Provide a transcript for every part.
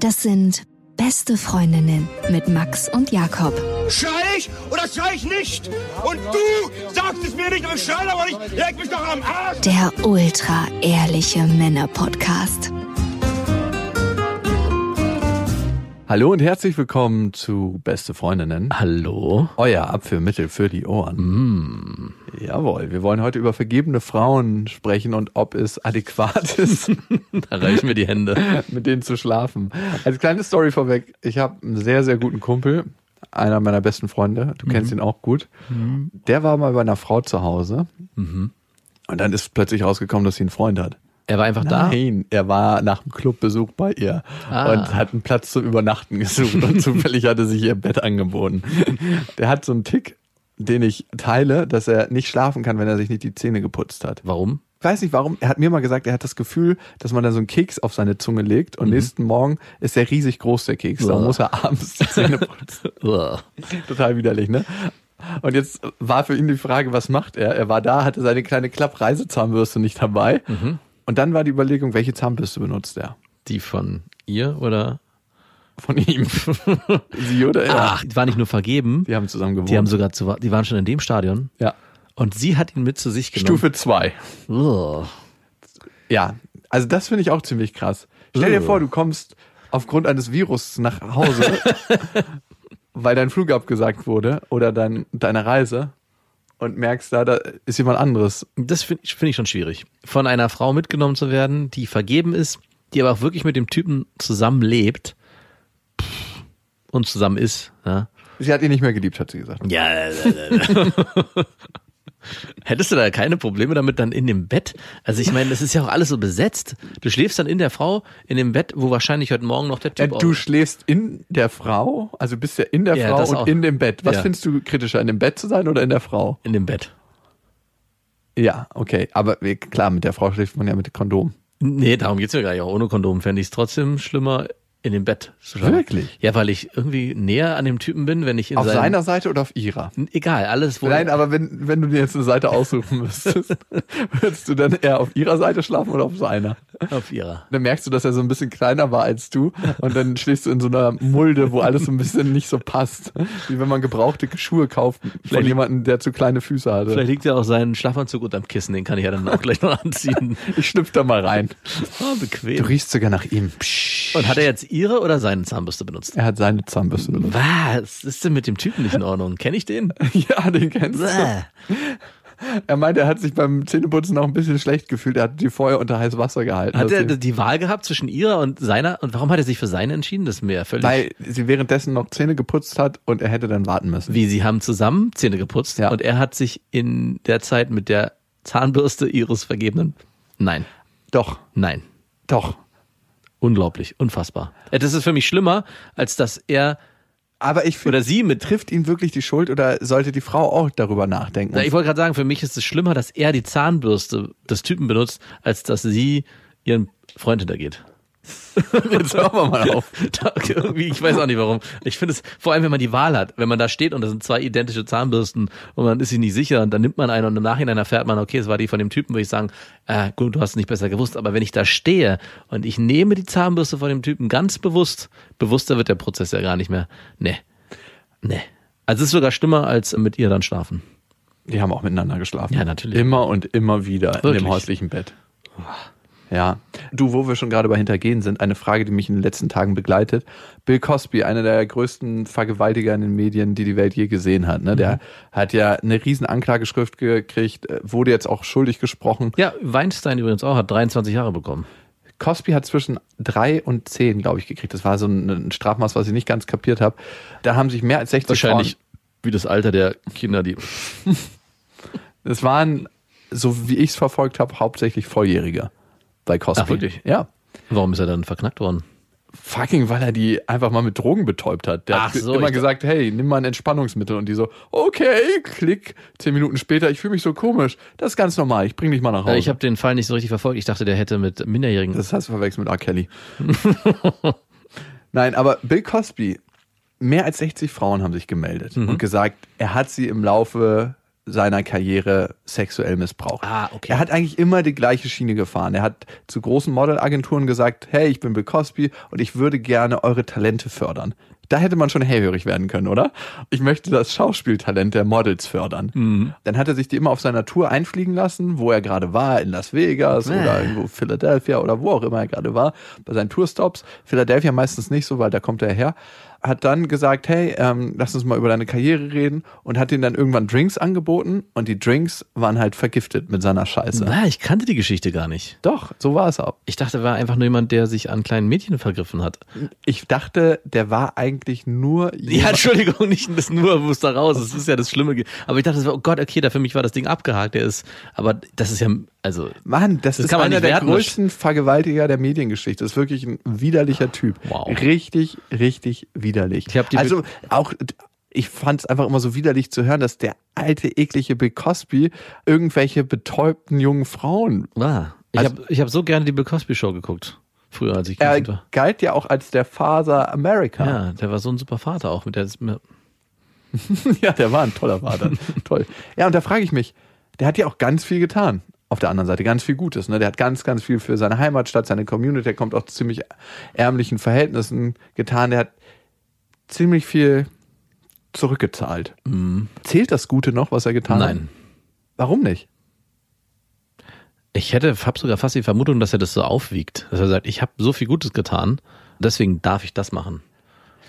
Das sind Beste Freundinnen mit Max und Jakob. Schrei ich oder schrei ich nicht? Und du sagst es mir nicht, aber ich schrei aber nicht. Leg mich doch am Arsch. Der ultra-ehrliche Männer-Podcast. Hallo und herzlich willkommen zu Beste Freundinnen. Hallo? Euer Abführmittel für die Ohren. Jawohl, wir wollen heute über vergebene Frauen sprechen und ob es adäquat ist, Da reichen mir die Hände. mit denen zu schlafen. Als kleine Story vorweg, ich habe einen sehr, sehr guten Kumpel, einer meiner besten Freunde, du kennst ihn auch gut. Der war mal bei einer Frau zu Hause und dann ist plötzlich rausgekommen, dass sie einen Freund hat. Er war einfach Nein, er war nach dem Clubbesuch bei ihr Ah. und hat einen Platz zum Übernachten gesucht und zufällig hatte sich ihr Bett angeboten. Der hat so einen Tick, den ich teile, dass er nicht schlafen kann, wenn er sich nicht die Zähne geputzt hat. da. Warum? Ich weiß nicht warum, er hat mir mal gesagt, er hat das Gefühl, dass man da so einen Keks auf seine Zunge legt und nächsten Morgen ist der riesig groß, der Keks. Da Uah. muss er abends die Zähne putzen. Uah. Total widerlich, ne? Und jetzt war für ihn die Frage, was macht er? Er war da, hatte seine kleine Klappreise-Zahnbürste nicht dabei. Mhm. Und dann war die Überlegung, welche Zahnbürste benutzt er? Die von ihr oder? Von ihm. Sie oder er? Ach, die war nicht nur vergeben. Die haben zusammen gewohnt. Ah. Die haben sogar zu, die waren schon in dem Stadion. ja. Und sie hat ihn mit zu sich genommen. Stufe 2. Stufe. Ja. Also das finde ich auch ziemlich krass. Stell dir Ugh. vor, du kommst aufgrund eines Virus nach Hause, weil dein Flug abgesagt wurde oder dein, deine Reise und merkst da, da ist jemand anderes. Das finde ich, find ich schon schwierig. Von einer Frau mitgenommen zu werden, die vergeben ist, die aber auch wirklich mit dem Typen zusammenlebt Pff, und zusammen ist. Ja, Sie hat ihn nicht mehr geliebt, hat sie gesagt. ja Hättest du da keine Probleme damit dann in dem Bett? Also ich meine, das ist ja auch alles so besetzt. Du schläfst dann in der Frau in dem Bett, wo wahrscheinlich heute Morgen noch der Äh, Typ Du auch- schläfst in der Frau, also bist ja in der Ja, das Frau auch. und in dem Bett. Was Ja. findest du kritischer, in dem Bett zu sein oder in der Frau? in dem Bett. Ja, okay. Aber wir- klar, mit der Frau schläft man ja mit Kondom. Nee, darum geht's mir gar nicht. Auch ohne Kondom fände ich es trotzdem schlimmer, in dem Bett zu schlafen. Wirklich? Ja, weil ich irgendwie näher an dem Typen bin, wenn ich in Auf seinem- seiner Seite oder auf ihrer? Egal, alles wo. Nein, aber wenn, wenn du dir jetzt eine Seite aussuchen müsstest, würdest du dann eher auf ihrer Seite schlafen oder auf seiner? auf ihrer. Dann merkst du, dass er so ein bisschen kleiner war als du und dann schläfst du in so einer Mulde, wo alles so ein bisschen nicht so passt. Wie wenn man gebrauchte Schuhe kauft von Vielleicht- jemandem, der zu kleine Füße hatte. Vielleicht liegt ja auch sein Schlafanzug unterm Kissen, den kann ich ja dann auch gleich noch anziehen. Ich schlüpfe da mal rein. Oh, bequem. Du riechst sogar nach ihm. Und hat er jetzt ihre oder seine Zahnbürste benutzt? Er hat seine Zahnbürste benutzt. Was ist denn mit dem Typen nicht in Ordnung? Kenne ich den? Ja, den kennst du. Bäh. Er meinte, er hat sich beim Zähneputzen noch ein bisschen schlecht gefühlt. Er hat die vorher unter heißes Wasser gehalten. Hat Das er sie- die Wahl gehabt zwischen ihrer und seiner? Und warum hat er sich für seine entschieden? Das ist mir ja völlig. weil sie währenddessen noch Zähne geputzt hat und er hätte dann warten müssen. Wie, sie haben zusammen Zähne geputzt Ja. und er hat sich in der Zeit mit der Zahnbürste ihres Vergebenen. Nein, Doch, nein. doch. Unglaublich, unfassbar. Äh, Das ist für mich schlimmer, als dass er Aber ich oder finde, sie mit. trifft ihn wirklich die Schuld oder sollte die Frau auch darüber nachdenken? Na, ich wollte gerade sagen, für mich ist es schlimmer, dass er die Zahnbürste des Typen benutzt, als dass sie ihren Freund hintergeht. jetzt hören wir mal auf. Da- Irgendwie, ich weiß auch nicht warum. Ich finde es, vor allem wenn man die Wahl hat, wenn man da steht und das sind zwei identische Zahnbürsten und man ist sich nicht sicher und dann nimmt man eine und im Nachhinein erfährt man, okay, es war die von dem Typen, würde ich sagen, äh, gut, du hast es nicht besser gewusst, aber wenn ich da stehe und ich nehme die Zahnbürste von dem Typen ganz bewusst, bewusster wird der Prozess ja gar nicht mehr. Nee. Nee. Also es ist sogar schlimmer als mit ihr dann schlafen. Die haben auch miteinander geschlafen. Ja, natürlich. Immer und immer wieder in Wirklich? dem häuslichen Bett. Ja. Du, wo wir schon gerade bei Hintergehen sind, eine Frage, die mich in den letzten Tagen begleitet. Bill Cosby, einer der größten Vergewaltiger in den Medien, die die Welt je gesehen hat. Ne? Mhm. Der hat ja eine riesen Anklageschrift gekriegt, äh, wurde jetzt auch schuldig gesprochen. Ja, Weinstein übrigens auch hat 23 Jahre bekommen. Cosby hat zwischen drei und zehn, glaube ich, gekriegt. Das war so ein ein Strafmaß, was ich nicht ganz kapiert habe. Da haben sich mehr als 60 Wahrscheinlich wie das Alter der Kinder, die. Frauen. Es waren, so wie ich es verfolgt habe, hauptsächlich Volljährige bei Cosby. Ach, wirklich? Ja. Warum ist er dann verknackt worden? Fucking, weil er die einfach mal mit Drogen betäubt hat. Der Ach hat ge- so, immer ich- gesagt, hey, nimm mal ein Entspannungsmittel. Und die so, okay, klick. Zehn Minuten später, ich fühle mich so komisch. Das ist ganz normal, ich bring dich mal nach Hause. Äh, Ich habe den Fall nicht so richtig verfolgt. Ich dachte, der hätte mit Minderjährigen. Das hast du verwechselt mit R. Kelly. Nein, aber Bill Mhm. Cosby, mehr als 60 Frauen haben sich gemeldet und gesagt, er hat sie im Laufe seiner Karriere sexuell missbraucht. Ah, okay. Er hat eigentlich immer die gleiche Schiene gefahren. Er hat zu großen Modelagenturen gesagt, hey, ich bin Bill Cosby und ich würde gerne eure Talente fördern. Da hätte man schon hellhörig werden können, oder? Ich möchte das Schauspieltalent der Models fördern. Dann hat er sich die immer auf seiner Tour einfliegen lassen, wo er gerade war, in Las Vegas Äh. oder irgendwo Philadelphia oder wo auch immer er gerade war, bei seinen Tourstops. Philadelphia meistens nicht so, weil da kommt er her. Hat dann gesagt, hey, ähm, lass uns mal über deine Karriere reden und hat ihm dann irgendwann Drinks angeboten und die Drinks waren halt vergiftet mit seiner Scheiße. Na, ich kannte die Geschichte gar nicht. Doch, so war es auch. Ich dachte, er war einfach nur jemand, der sich an kleinen Mädchen vergriffen hat. Ich dachte, der war eigentlich nur Ja, jemand, Entschuldigung, nicht das nur muss da raus. Das ist ja das Schlimme. Aber ich dachte, das war, oh Gott, okay, da für mich war das Ding abgehakt. Der ist, aber das ist ja, also Mann, das, Das ist kann man einer nicht der werten. größten Vergewaltiger der Mediengeschichte. Das ist wirklich ein widerlicher Typ. Wow. Richtig, richtig widerlich. Ich hab die also auch, ich fand es einfach immer so widerlich zu hören, dass der alte, eklige Bill Cosby irgendwelche betäubten jungen Frauen. Ah, ich Also- habe ich hab so gerne die Bill Cosby Show geguckt. Früher, als ich Er Kind war. galt ja auch als der Father America. Ja, der war so ein super Vater auch. Mit der, Ja, der war ein toller Vater. Toll. Ja, und da frage ich mich, der hat ja auch ganz viel getan. Auf der anderen Seite ganz viel Gutes. Ne? Der hat ganz, ganz viel für seine Heimatstadt, seine Community. Der kommt auch aus ziemlich ärmlichen Verhältnissen getan. Der hat ziemlich viel zurückgezahlt. Zählt das Gute noch, was er getan hat? Mhm. nein. Warum nicht? Ich hätte, hab sogar fast die Vermutung, dass er das so aufwiegt. Dass er sagt, ich habe so viel Gutes getan, deswegen darf ich das machen.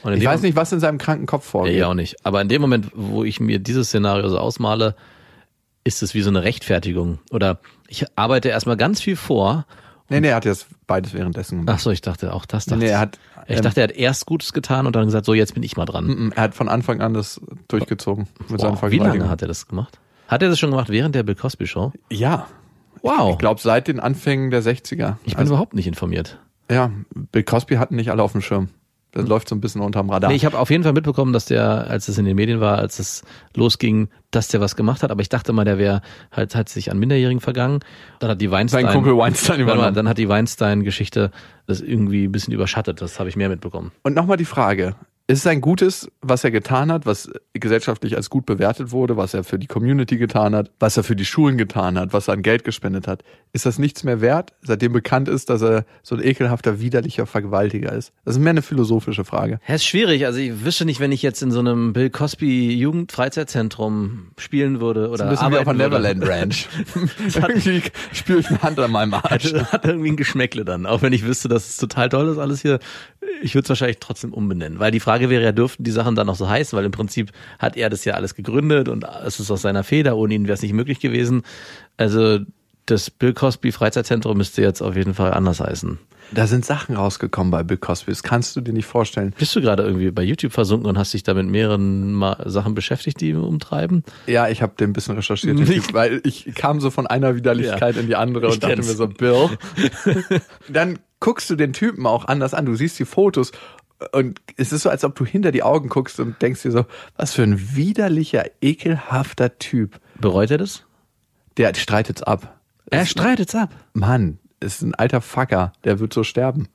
Und in Ich dem weiß nicht, was in seinem kranken Kopf vorgeht. Ja, auch nicht. Aber in dem Moment, wo ich mir dieses Szenario so ausmale, ist es wie so eine Rechtfertigung. Oder ich arbeite erstmal ganz viel vor. Nee, nee, er hat jetzt beides währenddessen gemacht. Ach so, ich dachte auch das. Dachte Nee, er ich. hat, ich ähm, dachte, er hat erst Gutes getan und dann gesagt, so jetzt bin ich mal dran. Mm, Er hat von Anfang an das durchgezogen mit seinen Wow, wie lange Vergewaltigungen. hat er das gemacht? Hat er das schon gemacht während der Bill Cosby Show? Ja. Wow. Ich glaube, seit den Anfängen der Also 60er. Ich bin überhaupt nicht informiert. Ja, Bill Cosby hatten nicht alle auf dem Schirm. Das läuft so ein bisschen unterm Radar. Nee, ich habe auf jeden Fall mitbekommen, dass der, als es in den Medien war, als es losging, dass der was gemacht hat. Aber ich dachte mal, der wäre halt hat sich an Minderjährigen vergangen. Dann hat die Weinstein. Sein Kumpel Weinstein Warte mal, übernommen. dann hat die Weinstein-Geschichte das irgendwie ein bisschen überschattet. Das habe ich mehr mitbekommen. Und nochmal die Frage. Ist es ein Gutes, was er getan hat, was gesellschaftlich als gut bewertet wurde, was er für die Community getan hat, was er für die Schulen getan hat, was er an Geld gespendet hat? Ist das nichts mehr wert, seitdem bekannt ist, dass er so ein ekelhafter, widerlicher Vergewaltiger ist? Das ist mehr eine philosophische Frage. Ja, ist schwierig. Also ich wüsste nicht, wenn ich jetzt in so einem Bill Cosby Jugendfreizeitzentrum spielen würde oder Das ist ein bisschen wie auf der arbeiten würde. Neverland Ranch. Irgendwie spüre ich eine Hand an meinem Arsch. Hat, hat irgendwie ein Geschmäckle dann. Auch wenn ich wüsste, dass es total toll ist, alles hier. Ich würde es wahrscheinlich trotzdem umbenennen. Weil die Frage wäre ja, dürften die Sachen dann noch so heißen? Weil im Prinzip hat er das ja alles gegründet und es ist aus seiner Feder. Ohne ihn wäre es nicht möglich gewesen. Also das Bill Cosby Freizeitzentrum müsste jetzt auf jeden Fall anders heißen. Da sind Sachen rausgekommen bei Bill Cosby. Das kannst du dir nicht vorstellen. Bist du gerade irgendwie bei YouTube versunken und hast dich da mit mehreren Ma Sachen beschäftigt, die ihn umtreiben? Ja, ich habe den ein bisschen recherchiert, den Nicht- Typ, weil ich kam so von einer Widerlichkeit Ja. in die andere Ich und dachte kenn's. mir so, Bill. Dann guckst du den Typen auch anders an. Du siehst die Fotos und es ist so, als ob du hinter die Augen guckst und denkst dir so, was für ein widerlicher, ekelhafter Typ. Bereut er das? Der streitet's ab. Er streitet's ab. Mann, ist ein alter Fucker. Der wird so sterben.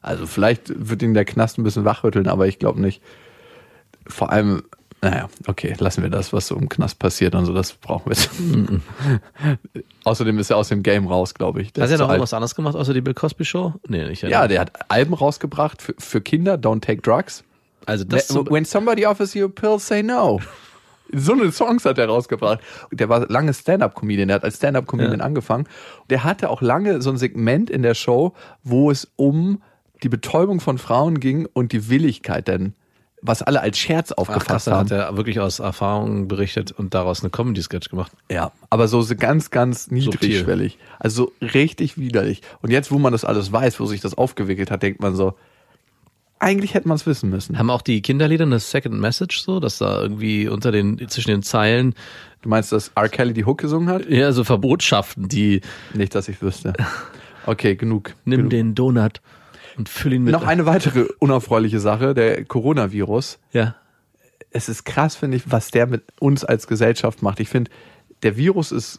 Also vielleicht wird ihn der Knast ein bisschen wachrütteln, aber ich glaube nicht. Vor allem, naja, okay, lassen wir das, was so im Knast passiert und so, das brauchen wir jetzt. Außerdem ist er aus dem Game raus, glaube ich. Der Hat ist er zu noch alt. irgendwas anderes gemacht, außer die Bill Cosby Show? Nee, nicht. Ja, der hat Alben rausgebracht für, für Kinder, Don't Take Drugs. also das zum- When somebody offers you a pill, say no. So eine Songs hat er rausgebracht. Der war lange Stand-Up-Comedian. Der hat als Stand-Up-Comedian Ja. angefangen. Der hatte auch lange so ein Segment in der Show, wo es um die Betäubung von Frauen ging und die Willigkeit denn, was alle als Scherz Ach, aufgefasst krass, da haben. hat er wirklich aus Erfahrungen berichtet und daraus eine Comedy-Sketch gemacht. Ja, aber so so ganz, ganz niedrigschwellig. Also so richtig widerlich. Und jetzt, wo man das alles weiß, wo sich das aufgewickelt hat, denkt man so, eigentlich hätte man es wissen müssen. Haben auch die Kinderlieder eine Second Message so, dass da irgendwie unter den, zwischen den Zeilen, Du meinst, dass R. Kelly die Hook gesungen hat? ja, so Verbotschaften, die, Nicht, dass ich wüsste. Okay, genug. nimm genug. den Donut und füll ihn mit. Noch eine weitere unerfreuliche Sache, der Coronavirus. Ja. Es ist krass, finde ich, was der mit uns als Gesellschaft macht. Ich finde, der Virus ist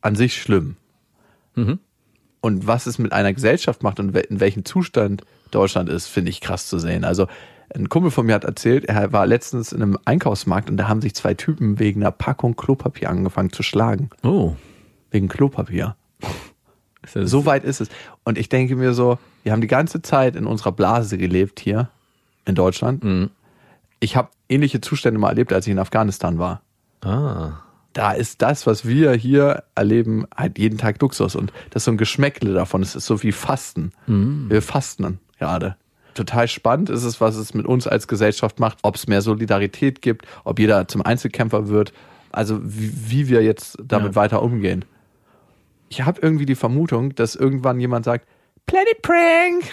an sich schlimm. Mhm. Und was es mit einer Gesellschaft macht und we- in welchem Zustand Deutschland ist, finde ich krass zu sehen. Also Ein Kumpel von mir hat erzählt, er war letztens in einem Einkaufsmarkt und da haben sich zwei Typen wegen einer Packung Klopapier angefangen zu schlagen. Oh. Wegen Klopapier. Ist das Äh, So weit ist es. Und ich denke mir so, wir haben die ganze Zeit in unserer Blase gelebt hier in Deutschland. Ich habe ähnliche Zustände mal erlebt, als ich in Afghanistan war. Ah. Da ist das, was wir hier erleben, halt jeden Tag Luxus. Und das ist so ein Geschmäckle davon. Es ist so wie Fasten. Wir fasten gerade. Total spannend ist es, was es mit uns als Gesellschaft macht, ob es mehr Solidarität gibt, ob jeder zum Einzelkämpfer wird. Also wie, wie wir jetzt damit weiter umgehen ich habe irgendwie die Vermutung, dass irgendwann jemand sagt, Planet Prank!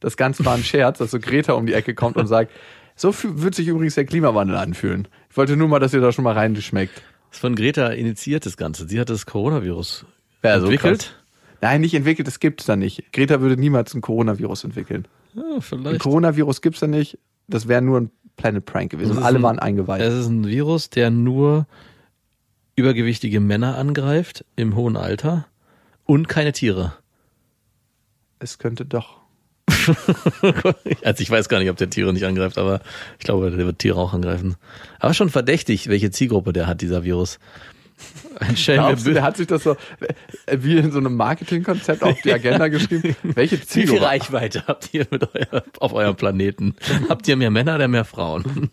Das Ganze war ein Scherz, dass so Greta um die Ecke kommt und sagt, so fü- wird sich übrigens der Klimawandel anfühlen. Ich wollte nur mal, dass ihr da schon mal reinschmeckt. Das ist von Greta initiiert, das Ganze. Sie hat das Coronavirus Ja, so entwickelt. krass. Nein, nicht entwickelt, das gibt's da nicht. Greta würde niemals ein Coronavirus entwickeln. ja, Ein vielleicht. Coronavirus gibt's da nicht. Das wäre nur ein Planet Prank gewesen. Das ist Alle ein- waren eingeweiht. Es ist ein Virus, der nur übergewichtige Männer angreift im hohen Alter und keine Tiere. es könnte doch. Also ich weiß gar nicht, ob der Tiere nicht angreift, aber ich glaube, der wird Tiere auch angreifen. Aber schon verdächtig, welche Zielgruppe der hat, dieser Virus. Glaubst du, Ein Schelm, der hat sich das so äh, wie in so einem Marketingkonzept auf die Agenda geschrieben. Welche wie viel Zielgruppe? Reichweite habt ihr mit euer, auf eurem Planeten? habt ihr mehr Männer oder mehr Frauen?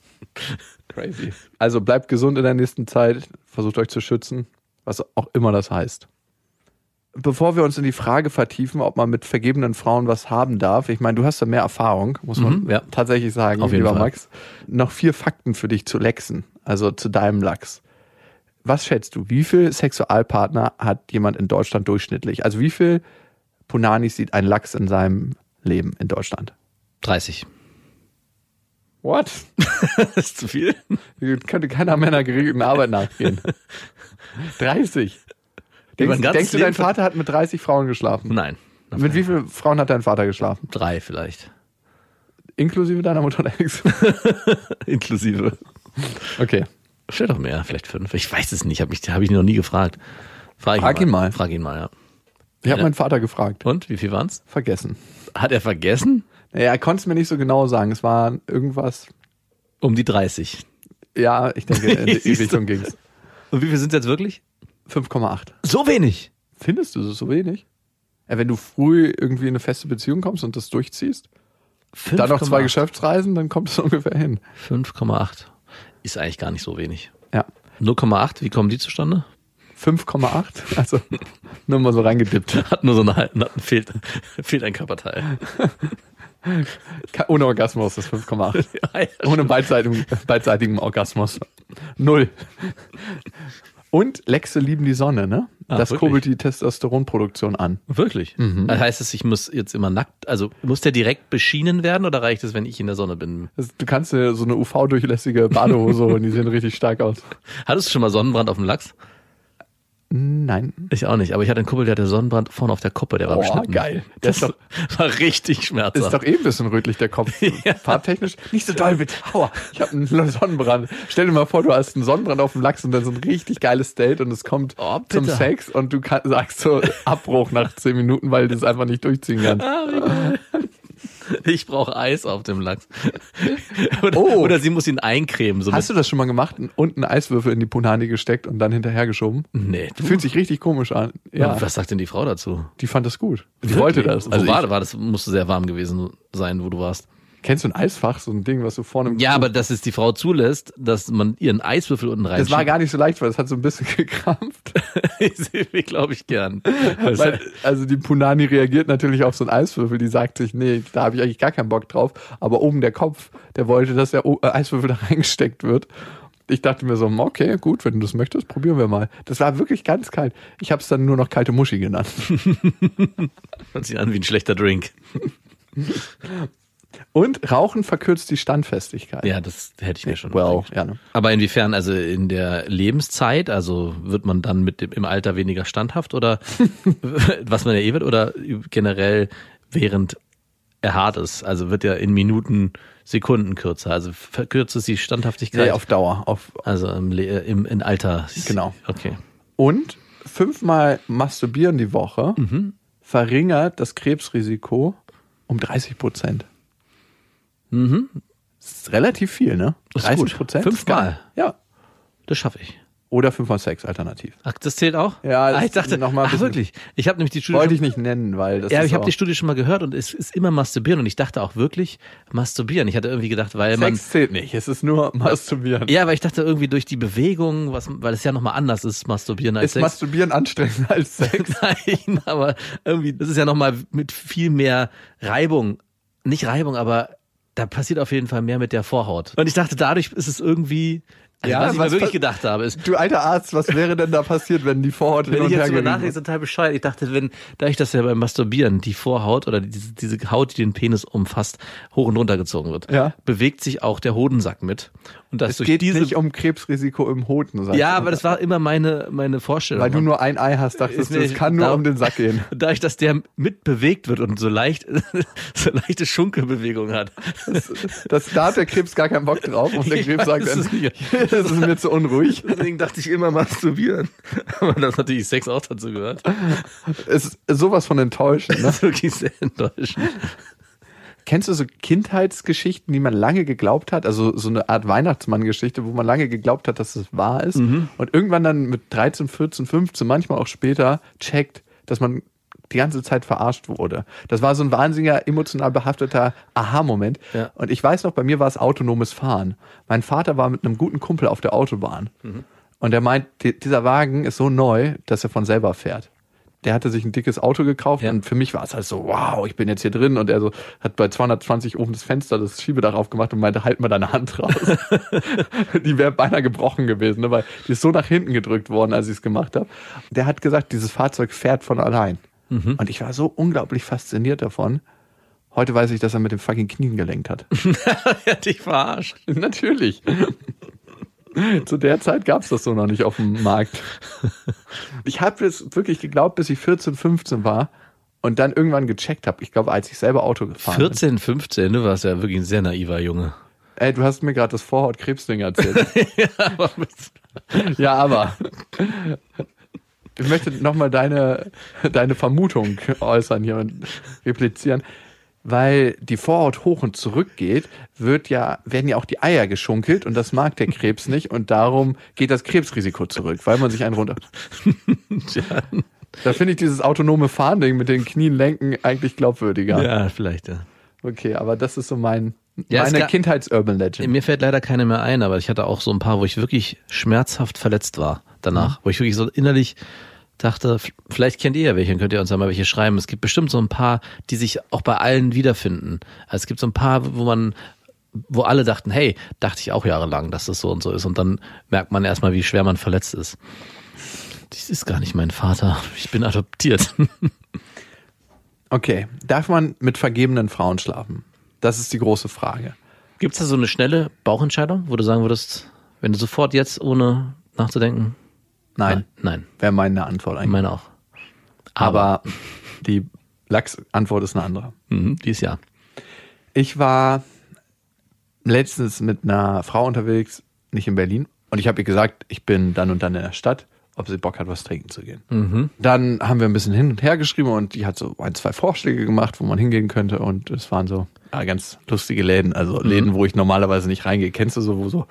Crazy. Also bleibt gesund in der nächsten Zeit, versucht euch zu schützen, was auch immer das heißt. Bevor wir uns in die Frage vertiefen, ob man mit vergebenen Frauen was haben darf, ich meine, du hast da mehr Erfahrung, muss man Mhm, ja. tatsächlich sagen, Auf jeden lieber Fall. Max. Noch vier Fakten für dich zu Lexen, also zu deinem Lachs. Was schätzt du, wie viel Sexualpartner hat jemand in Deutschland durchschnittlich? Also wie viel Punanis sieht ein Lachs in seinem Leben in Deutschland? 30. What? das ist zu viel. Hier Könnte keiner Männer geregelten Arbeit nachgehen. 30. Über Denkst, ein ganzes denkst du, dein Leben ver- Vater hat mit 30 Frauen geschlafen? Nein. Mit wie vielen Frauen hat dein Vater geschlafen? Drei vielleicht. Inklusive deiner Mutter und Ex? Inklusive. Okay. Vielleicht doch mehr, vielleicht fünf. Ich weiß es nicht, habe ich, hab ich noch nie gefragt. Frag, Frag ihn mal. Frag ihn mal, ja. Ich habe Ja. meinen Vater gefragt. Und, wie viel waren's? Vergessen. Hat er vergessen? Naja, er konnte es mir nicht so genau sagen. Es war irgendwas. Um die 30. Ja, ich denke, in die Siehst du? Richtung ging's. Und wie viel sind's jetzt wirklich? 5,8. So wenig. Findest du das so wenig? Ja, wenn du früh irgendwie in eine feste Beziehung kommst und das durchziehst, dann noch zwei 5,8. Geschäftsreisen, dann kommt es ungefähr hin. 5,8. Ist eigentlich gar nicht so wenig. Ja. 0,8, wie kommen die zustande? 5,8. Also nur mal so reingedippt. Hat nur so einen halben, hat, fehlt, fehlt ein Körperteil. Ke- Ohne Orgasmus ist 5,8. Ja, ja. Ohne beidseitigen, beidseitigen Orgasmus. Null. Und Lexe lieben die Sonne, ne? Ah, das wirklich? kurbelt die Testosteronproduktion an. Wirklich? Das heißt es, ich muss jetzt immer nackt, also muss der direkt beschienen werden oder reicht es, wenn ich in der Sonne bin? Das, du kannst dir so eine UV-durchlässige Badehose holen, die sehen richtig stark aus. Hattest du schon mal Sonnenbrand auf dem Lachs? Nein. Ich auch nicht, aber ich hatte einen Kumpel, der hatte Sonnenbrand vorne auf der Kuppe, der war Boah, beschnitten. geil. Das, Das ist war richtig Ist schmerzhaft. doch eh ein bisschen rötlich der Kopf. Ja. Farbtechnisch. Nicht so doll bitte. Aua, ich habe einen Sonnenbrand. Stell dir mal vor, du hast einen Sonnenbrand auf dem Lachs und dann so ein richtig geiles Date und es kommt Oh, bitte. zum Sex und du kann, sagst so Abbruch nach 10 Minuten, weil du es einfach nicht durchziehen kannst. Ah. ich brauche Eis auf dem Lachs. oder, Oh. oder sie muss ihn eincremen. So Hast du das schon mal gemacht und einen Eiswürfel in die Punani gesteckt und dann hinterhergeschoben? mit, nee, du. Fühlt sich richtig komisch an. Ja, Was sagt denn die Frau dazu? die fand das gut. Die wollte das. Also Also wo war, ich, war das? Musste sehr warm gewesen sein, wo du warst. kennst du ein Eisfach, so ein Ding, was du vorne... Ja, aber dass es die Frau zulässt, dass man ihren Eiswürfel unten rein. Das war gar nicht so leicht, weil das hat so ein bisschen gekrampft. nicht. glaube ich gern. Weil, also die Punani reagiert natürlich auf so einen Eiswürfel, die sagt sich, nee, da habe ich eigentlich gar keinen Bock drauf. Aber oben der Kopf, der wollte, dass der O- äh, Eiswürfel da reingesteckt wird. Ich dachte mir so, hm, okay, gut, wenn du das möchtest, probieren wir mal. Das war wirklich ganz kalt. Ich habe es dann nur noch kalte Muschi genannt. Hört sich an wie ein schlechter Drink. Und Rauchen verkürzt die Standfestigkeit. Ja, das hätte ich mir schon. Well, gedacht. ja, ne? Aber inwiefern, also in der Lebenszeit, also wird man dann mit dem, im Alter weniger standhaft oder was man ja eh wird oder generell während er hart ist, also wird ja in Minuten, Sekunden kürzer, also verkürzt es die Standhaftigkeit. Nee, auf Dauer. Auf. also im, Le äh, im in Alter. Genau. Okay. Und fünfmal masturbieren die Woche Mhm. verringert das Krebsrisiko um 30 Prozent. Das ist relativ viel, ne? Mhm. Das ist gut. Prozent. Fünfmal. Ja. Das schaffe ich. Oder fünfmal Sex alternativ. Ach, das zählt auch? Ja, das ah, ich dachte, noch mal ein ach, bisschen- wirklich. Ich habe nämlich die Studie. Wollte schon- ich nicht nennen, weil das ja, ist ich habe auch- die Studie schon mal gehört und es ist immer masturbieren und ich dachte auch wirklich masturbieren. Ich hatte irgendwie gedacht, weil man Sex zählt nicht, es ist nur masturbieren. ja, aber ich dachte irgendwie durch die Bewegung, was, weil es ja nochmal anders ist, masturbieren als ist Sex. masturbieren anstrengender als Sex? Nein, aber irgendwie, das ist ja nochmal mit viel mehr Reibung. Nicht Reibung, aber da passiert auf jeden Fall mehr mit der Vorhaut. Und ich dachte, dadurch ist es irgendwie, also Ja, was ich was mir wirklich pa- gedacht habe, ist, Du alter Arzt, was wäre denn da passiert, wenn die Vorhaut hin wenn und ich her jetzt drüber gegangen nachdenke, ist total bescheuert. Ich dachte, wenn, dadurch, dass ja beim Masturbieren die Vorhaut oder diese, diese Haut, die den Penis umfasst, hoch und runter gezogen wird, Ja. bewegt sich auch der Hodensack mit. Und das Es durch geht diese, nicht um Krebsrisiko im Hoden, sagst ja, du. aber das war immer meine, meine Vorstellung. Weil du Und nur ein Ei hast, Ist dachtest du, mir- es kann nur da- um den Sack gehen. dadurch, dass der mit bewegt wird und so leicht, so leichte Schunkelbewegung hat. Das, da hat der Krebs gar keinen Bock drauf und der Ich Krebs sagt weiß dann, es nicht. das ist mir zu unruhig. Deswegen dachte ich immer masturbieren. Aber das hat natürlich Sex auch dazu gehört. Es ist sowas von enttäuschend. Ne? Das ist wirklich sehr enttäuschend. Kennst du so Kindheitsgeschichten, die man lange geglaubt hat? Also so eine Art Weihnachtsmann-Geschichte, wo man lange geglaubt hat, dass es wahr ist. Und irgendwann dann mit 13, 14, 15, manchmal auch später checkt, dass man die ganze Zeit verarscht wurde. Das war so ein wahnsinniger, emotional behafteter Aha-Moment. Ja. Und ich weiß noch, bei mir war es autonomes Fahren. Mein Vater war mit einem guten Kumpel auf der Autobahn. Und er meint, di- dieser Wagen ist so neu, dass er von selber fährt. Der hatte sich ein dickes Auto gekauft Ja. und für mich war es halt so, wow, ich bin jetzt hier drin. Und er so, hat bei 220 oben das Fenster, das Schiebedach aufgemacht und meinte, halt mal deine Hand raus. die wäre beinahe gebrochen gewesen, ne, weil die ist so nach hinten gedrückt worden, als ich es gemacht habe. Der hat gesagt, dieses Fahrzeug fährt von allein. Und ich war so unglaublich fasziniert davon. Heute weiß ich, dass er mit dem fucking Knien gelenkt hat. Er hat dich verarscht. Natürlich. Zu der Zeit gab es das so noch nicht auf dem Markt. Ich habe es wirklich geglaubt, bis ich 14, 15 war und dann irgendwann gecheckt habe. Ich glaube, als ich selber Auto gefahren 14, 15, du warst ja wirklich ein sehr naiver Junge. bin. Ey, du hast mir gerade das Vorhautkrebsding erzählt. ja, aber. Ich möchte nochmal deine, deine Vermutung äußern hier und replizieren. Weil die Vorhaut hoch und zurück geht, wird ja, werden ja auch die Eier geschunkelt und das mag der Krebs nicht und darum geht das Krebsrisiko zurück, weil man sich einen runter. Da finde ich dieses autonome Fahnding mit den Knien lenken eigentlich glaubwürdiger. Ja, vielleicht, ja. Okay, aber das ist so mein, Ja, es meine gab- Kindheits-Urban Legend. Mir fällt leider keine mehr ein, aber ich hatte auch so ein paar, wo ich wirklich schmerzhaft verletzt war danach, wo ich wirklich so innerlich dachte, f- vielleicht kennt ihr ja welche, dann könnt ihr uns ja mal welche schreiben. Es gibt bestimmt so ein paar, die sich auch bei allen wiederfinden. Also es gibt so ein paar, wo man, wo alle dachten, hey, dachte ich auch jahrelang, dass das so und so ist. Und dann merkt man erstmal, wie schwer man verletzt ist. Dies ist gar nicht mein Vater. Ich bin adoptiert. Okay, darf man mit vergebenen Frauen schlafen? Das ist die große Frage. Gibt es da so eine schnelle Bauchentscheidung, wo du sagen würdest, wenn du sofort jetzt, ohne nachzudenken, Nein, nein. wäre meine Antwort Ich eigentlich. meine auch. Aber die Lachs-Antwort ist eine andere. Mhm, dieses Jahr. Ich war letztens mit einer Frau unterwegs, nicht in Berlin, und ich habe ihr gesagt, ich bin dann und dann in der Stadt, ob sie Bock hat, was trinken zu gehen. Dann haben wir ein bisschen hin und her geschrieben und die hat so ein, zwei Vorschläge gemacht, wo man hingehen könnte und es waren so ja, ganz lustige Läden, also Läden, wo ich normalerweise nicht reingehe. Kennst du so, wo so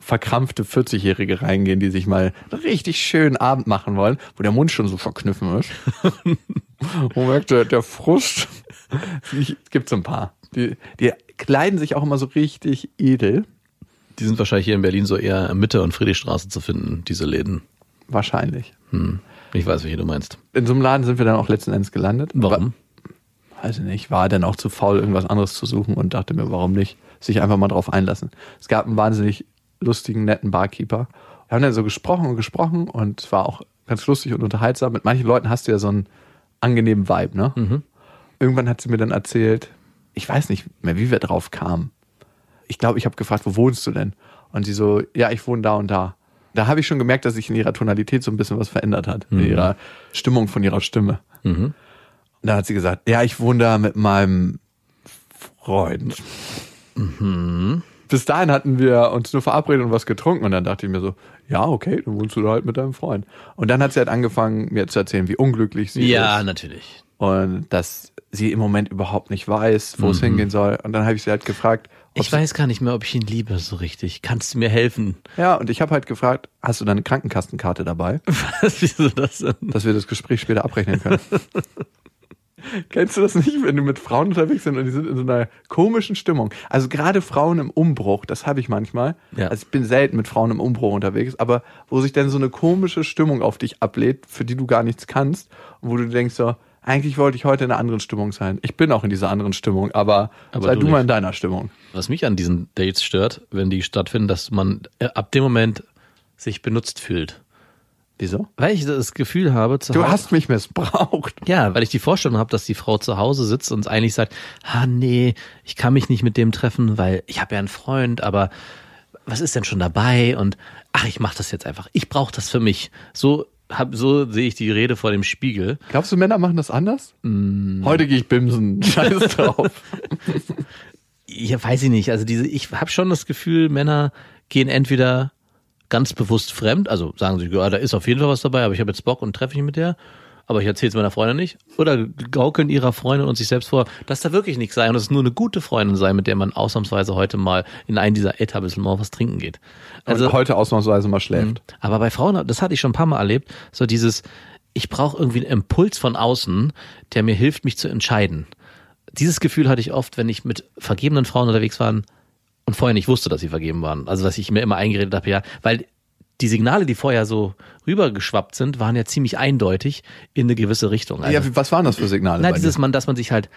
verkrampfte 40-Jährige reingehen, die sich mal einen richtig schönen Abend machen wollen, wo der Mund schon so verkniffen ist. Man merkt, der, der Frust. Es gibt so ein paar. Die, die kleiden sich auch immer so richtig edel. Die sind wahrscheinlich hier in Berlin so eher Mitte und Friedrichstraße zu finden, diese Läden. Wahrscheinlich. Hm. Ich weiß, welche du meinst. In so einem Laden sind wir dann auch letzten Endes gelandet. Warum? Wa- Weiß ich nicht. War dann auch zu faul, irgendwas anderes zu suchen und dachte mir, warum nicht? Sich einfach mal drauf einlassen. Es gab einen wahnsinnig lustigen, netten Barkeeper. Wir haben dann so gesprochen und gesprochen und es war auch ganz lustig und unterhaltsam. Mit manchen Leuten hast du ja so einen angenehmen Vibe, ne? Irgendwann hat sie mir dann erzählt, ich weiß nicht mehr, wie wir drauf kamen. ich glaube, ich habe gefragt, wo wohnst du denn? Und sie so, ja, ich wohne da und da. Da habe ich schon gemerkt, dass sich in ihrer Tonalität so ein bisschen was verändert hat, in ihrer Stimmung von ihrer Stimme. Und dann hat sie gesagt, ja, ich wohne da mit meinem Freund. Bis dahin hatten wir uns nur verabredet und was getrunken und dann dachte ich mir so, ja, okay, dann wohnst du da halt mit deinem Freund. Und dann hat sie halt angefangen, mir zu erzählen, wie unglücklich sie ist Ja, natürlich. und dass sie im Moment überhaupt nicht weiß, wo es hingehen soll. Und dann habe ich sie halt gefragt, Mhm. Ich weiß gar nicht mehr, ob ich ihn liebe so richtig. Kannst du mir helfen? Ja, und ich habe halt gefragt, hast du deine Krankenkassenkarte dabei, Was, wieso das denn? dass wir das Gespräch später abrechnen können? Kennst du das nicht, wenn du mit Frauen unterwegs sind und die sind in so einer komischen Stimmung? Also gerade Frauen im Umbruch, das habe ich manchmal. Ja. Also ich bin selten mit Frauen im Umbruch unterwegs, aber wo sich dann so eine komische Stimmung auf dich ablädt, für die du gar nichts kannst und wo du denkst so, eigentlich wollte ich heute in einer anderen Stimmung sein. Ich bin auch in dieser anderen Stimmung, aber, Aber sei du du mal nicht. in deiner Stimmung. Was mich an diesen Dates stört, wenn die stattfinden, dass man äh, ab dem Moment sich benutzt fühlt. Wieso? Weil ich das Gefühl habe, zu Du Hause- hast mich missbraucht. Ja, weil ich die Vorstellung habe, dass die Frau zu Hause sitzt und eigentlich sagt, ah nee, ich kann mich nicht mit dem treffen, weil ich habe ja einen Freund, aber was ist denn schon dabei? Und ach, ich mache das jetzt einfach. Ich brauche das für mich. So hab, so sehe ich die Rede vor dem Spiegel. Glaubst du, Männer machen das anders? Heute gehe ich bimsen. Scheiß drauf. Ja, weiß ich nicht. Also diese, ich habe schon das Gefühl, Männer gehen entweder ganz bewusst fremd, also sagen sie, ja, da ist auf jeden Fall was dabei, aber ich habe jetzt Bock und treffe mich mit der, aber ich erzähle es meiner Freundin nicht. Oder gaukeln ihrer Freundin und sich selbst vor, dass da wirklich nichts sei und dass es nur eine gute Freundin sei, mit der man ausnahmsweise heute mal in einen dieser Etablissements was trinken geht. Also heute ausnahmsweise mal schläft. Aber bei Frauen, das hatte ich schon ein paar Mal erlebt, so dieses, ich brauche irgendwie einen Impuls von außen, der mir hilft, mich zu entscheiden. Dieses Gefühl hatte ich oft, wenn ich mit vergebenen Frauen unterwegs war und vorher nicht wusste, dass sie vergeben waren. Also, dass ich mir immer eingeredet habe, ja, weil die Signale, die vorher so rübergeschwappt sind, waren ja ziemlich eindeutig in eine gewisse Richtung. Also, Mhm. Ja, wie- was waren das für Signale? na, bei dieses dir? man, dass man sich halt,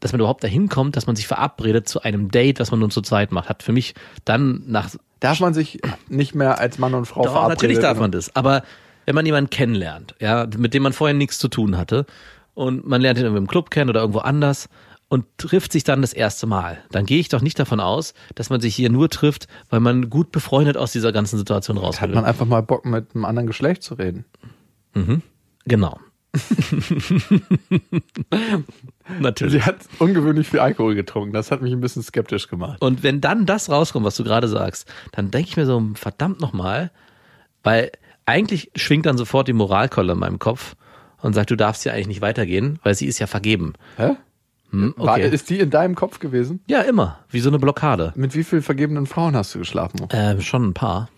dass man überhaupt dahin kommt, dass man sich verabredet zu einem Date, was man nun zur Zeit macht, hat für mich dann nach darf man sich nicht mehr als Mann und Frau doch, verabreden? natürlich darf man das. Aber wenn man jemanden kennenlernt, ja, mit dem man vorher nichts zu tun hatte und man lernt ihn irgendwie im Club kennen oder irgendwo anders und trifft sich dann das erste Mal, dann gehe ich doch nicht davon aus, dass man sich hier nur trifft, weil man gut befreundet aus dieser ganzen Situation raus Hat will. man einfach mal Bock, mit einem anderen Geschlecht zu reden? Genau. Natürlich. Sie hat ungewöhnlich viel Alkohol getrunken. Das hat mich ein bisschen skeptisch gemacht. Und wenn dann das rauskommt, was du gerade sagst, dann denke ich mir so, verdammt nochmal, weil eigentlich schwingt dann sofort die Moralkolle in meinem Kopf und sagt, du darfst hier eigentlich nicht weitergehen, weil sie ist ja vergeben. Hä? Hm, War, okay. ist die in deinem Kopf gewesen? Ja, immer. Wie so eine Blockade. Mit wie vielen vergebenen Frauen hast du geschlafen? Ähm, schon ein paar.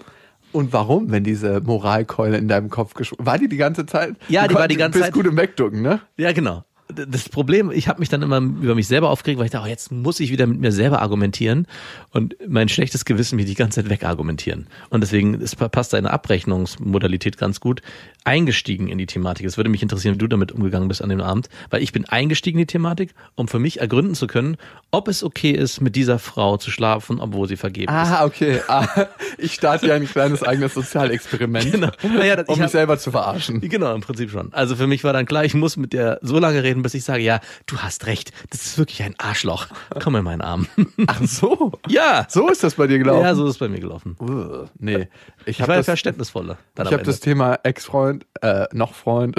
Und warum, wenn diese Moralkeule in deinem Kopf geschwungen War die die ganze Zeit? Ja, Du die war die ganze bist Zeit- gut im Wegducken, ne? Ja, genau. D- Das Problem, ich habe mich dann immer über mich selber aufgeregt, weil ich dachte, oh, jetzt muss ich wieder mit mir selber argumentieren und mein schlechtes Gewissen mich die ganze Zeit wegargumentieren. Und deswegen ist, passt deine Abrechnungsmodalität ganz gut eingestiegen in die Thematik. Es würde mich interessieren, wie du damit umgegangen bist an dem Abend, weil ich bin eingestiegen in die Thematik, um für mich ergründen zu können, ob es okay ist, mit dieser Frau zu schlafen, obwohl sie vergeben ist. Ah, okay. Ah, ich starte ja ein kleines eigenes Sozialexperiment, Genau. Naja, das- ich um mich hab- selber zu verarschen. Genau, im Prinzip schon. Also für mich war dann klar, ich muss mit der so lange reden, bis ich sage, ja, du hast recht, das ist wirklich ein Arschloch. Komm in meinen Arm. Ach so. ja, So ist das bei dir gelaufen. ja, so ist es bei mir gelaufen. Ugh, nee, ich, Ich hab war das, das, ich verständnisvoller. dann am hab Ende. das Thema Ex-Freund, äh, noch Freund.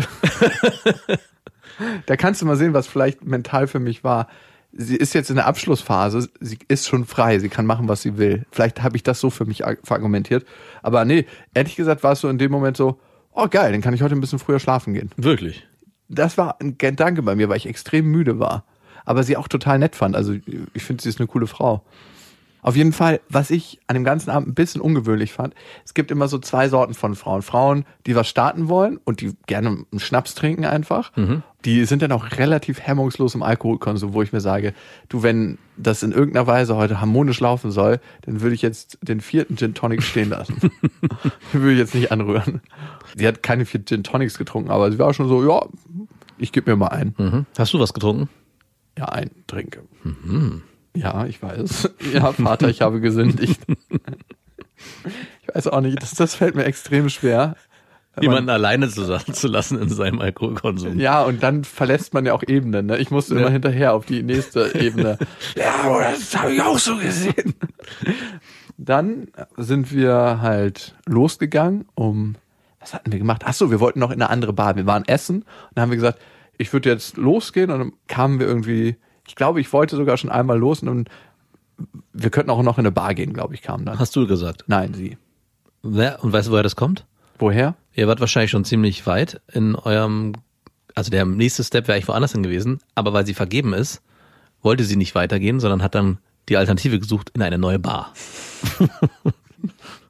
da kannst du mal sehen, was vielleicht mental für mich war. Sie ist jetzt in der Abschlussphase, sie ist schon frei, sie kann machen, was sie will. Vielleicht habe ich das so für mich ar- verargumentiert. Aber nee, ehrlich gesagt war es so in dem Moment so, oh geil, dann kann ich heute ein bisschen früher schlafen gehen. Wirklich. Das war ein Gedanke bei mir, weil ich extrem müde war. Aber sie auch total nett fand. Also ich finde, sie ist eine coole Frau. Auf jeden Fall, was ich an dem ganzen Abend ein bisschen ungewöhnlich fand, es gibt immer so zwei Sorten von Frauen. Frauen, die was starten wollen und die gerne einen Schnaps trinken einfach. Die sind dann auch relativ hemmungslos im Alkoholkonsum, wo ich mir sage, du, wenn das in irgendeiner Weise heute harmonisch laufen soll, dann würde ich jetzt den vierten Gin Tonic stehen lassen. Den würde ich jetzt nicht anrühren. Sie hat keine vier Gin Tonics getrunken, aber sie war schon so, ja, ich gebe mir mal einen. Mhm. Hast du was getrunken? Ja, ein trinke. Ja, ich weiß. Ja, Vater, ich habe gesündigt. ich weiß auch nicht, das, das fällt mir extrem schwer. Jemanden alleine zu, zu lassen in seinem Alkoholkonsum. Ja, und dann verlässt man ja auch Ebenen. Ne? Ich musste immer hinterher auf die nächste Ebene. ja, aber das habe ich auch so gesehen. Dann sind wir halt losgegangen, um, was hatten wir gemacht? Ach so, wir wollten noch in eine andere Bar. Wir waren essen und dann haben wir gesagt, ich würde jetzt losgehen und dann kamen wir irgendwie, ich glaube, ich wollte sogar schon einmal los und dann- wir könnten auch noch in eine Bar gehen, glaube ich, kam dann. Hast du gesagt. Nein, sie. Ja, und weißt du, woher das kommt? Woher? Ihr wart wahrscheinlich schon ziemlich weit in eurem, also der nächste Step wäre eigentlich woanders hin gewesen, aber weil sie vergeben ist, wollte sie nicht weitergehen, sondern hat dann die Alternative gesucht in eine neue Bar.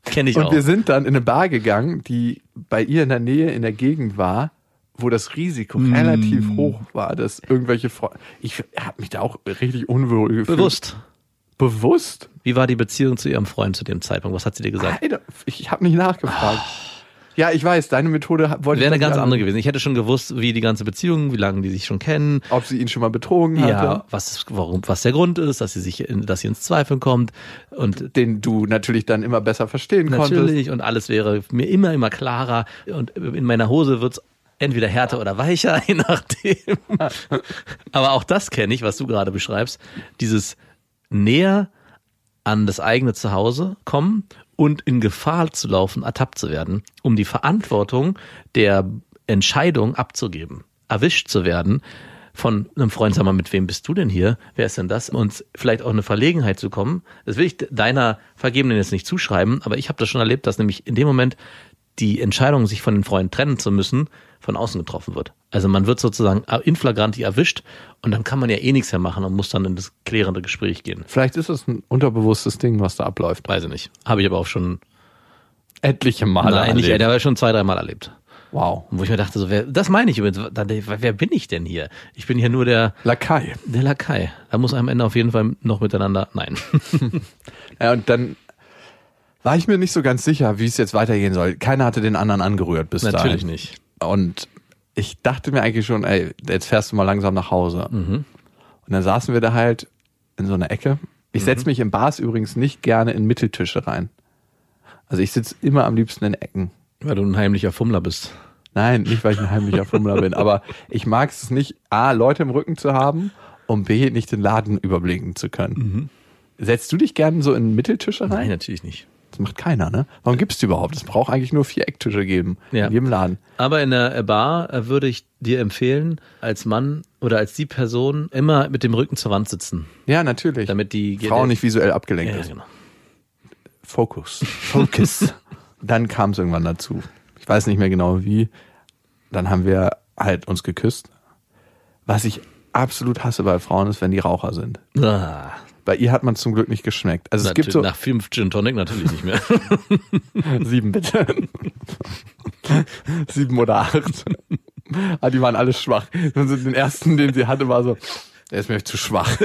Kenne ich Und auch. wir sind dann in eine Bar gegangen, die bei ihr in der Nähe in der Gegend war, wo das Risiko Hm. relativ hoch war, dass irgendwelche Freunde. Ich habe mich da auch richtig unwohl gefühlt. Bewusst. Bewusst? Wie war die Beziehung zu ihrem Freund zu dem Zeitpunkt? Was hat sie dir gesagt? Alter, ich habe nicht nachgefragt. Ja, ich weiß, deine Methode ha- wollte ich Ah. Wäre eine noch ganz nicht andere gewesen. Ich hätte schon gewusst, wie die ganze Beziehung, wie lange die sich schon kennen, Ob sie ihn schon mal betrogen hatte, ja, was, warum, was der Grund ist, dass sie sich, in, dass sie ins Zweifeln kommt und den du natürlich dann immer besser verstehen konntest. Natürlich, und alles wäre mir immer, immer klarer. Und in meiner Hose wird's entweder härter oder weicher, je nachdem. Aber auch das kenne ich, was du gerade beschreibst. Dieses näher an das eigene Zuhause kommen und in Gefahr zu laufen, ertappt zu werden, um die Verantwortung der Entscheidung abzugeben, erwischt zu werden von einem Freund, sag mal, mit wem bist du denn hier? Wer ist denn das? Und vielleicht auch in eine Verlegenheit zu kommen. Das will ich deiner Vergebenen jetzt nicht zuschreiben, aber ich habe das schon erlebt, dass nämlich in dem Moment die Entscheidung, sich von den Freunden trennen zu müssen, von außen getroffen wird. Also man wird sozusagen in flagranti erwischt und dann kann man ja eh nichts mehr machen und muss dann in das klärende Gespräch gehen. Vielleicht ist es ein unterbewusstes Ding, was da abläuft. Weiß ich nicht. Habe ich aber auch schon. Etliche Male. Ah, Nein, nicht, erlebt. der war schon zwei, dreimal erlebt. wow. Und Wo ich mir dachte, so, wer, das meine ich übrigens. Da- Wer bin ich denn hier? Ich bin hier nur der, Lakai. der Lakai. Da muss am Ende auf jeden Fall noch miteinander. Nein. Ja, und dann war ich mir nicht so ganz sicher, wie es jetzt weitergehen soll. Keiner hatte den anderen angerührt bis dahin. Natürlich nicht. Und ich dachte mir eigentlich schon, ey, jetzt fährst du mal langsam nach Hause. Mhm. Und dann saßen wir da halt in so einer Ecke. Ich setz Mhm. mich in Bars übrigens nicht gerne in Mitteltische rein. Also ich sitze immer am liebsten in Ecken. Weil du ein heimlicher Fummler bist. Nein, nicht, weil ich ein heimlicher Fummler bin, aber ich mag es nicht, A, Leute im Rücken zu haben und B, nicht den Laden überblicken zu können. Setzt du dich gerne so in Mitteltische rein? Mhm. Nein, natürlich nicht. Das macht keiner, ne? Warum gibt's die überhaupt? Es braucht eigentlich nur vier Ecktische geben Ja. in jedem Laden. Aber in der Bar äh, würde ich dir empfehlen, als Mann oder als die Person immer mit dem Rücken zur Wand sitzen, Ja, natürlich. damit die Frau nicht visuell abgelenkt Ja, ist. genau. Fokus. Focus. dann kam es irgendwann dazu. Ich weiß nicht mehr genau wie. Dann haben wir halt uns geküsst. Was ich absolut hasse bei Frauen ist, wenn die Raucher sind. Ah, Bei ihr hat man zum Glück nicht geschmeckt. Also es gibt natürlich- so nach fünf Gin Tonic natürlich nicht mehr. sieben bitte. sieben oder acht. Aber die waren alle schwach. Und so den ersten, den sie hatte, war so, der ist mir zu schwach.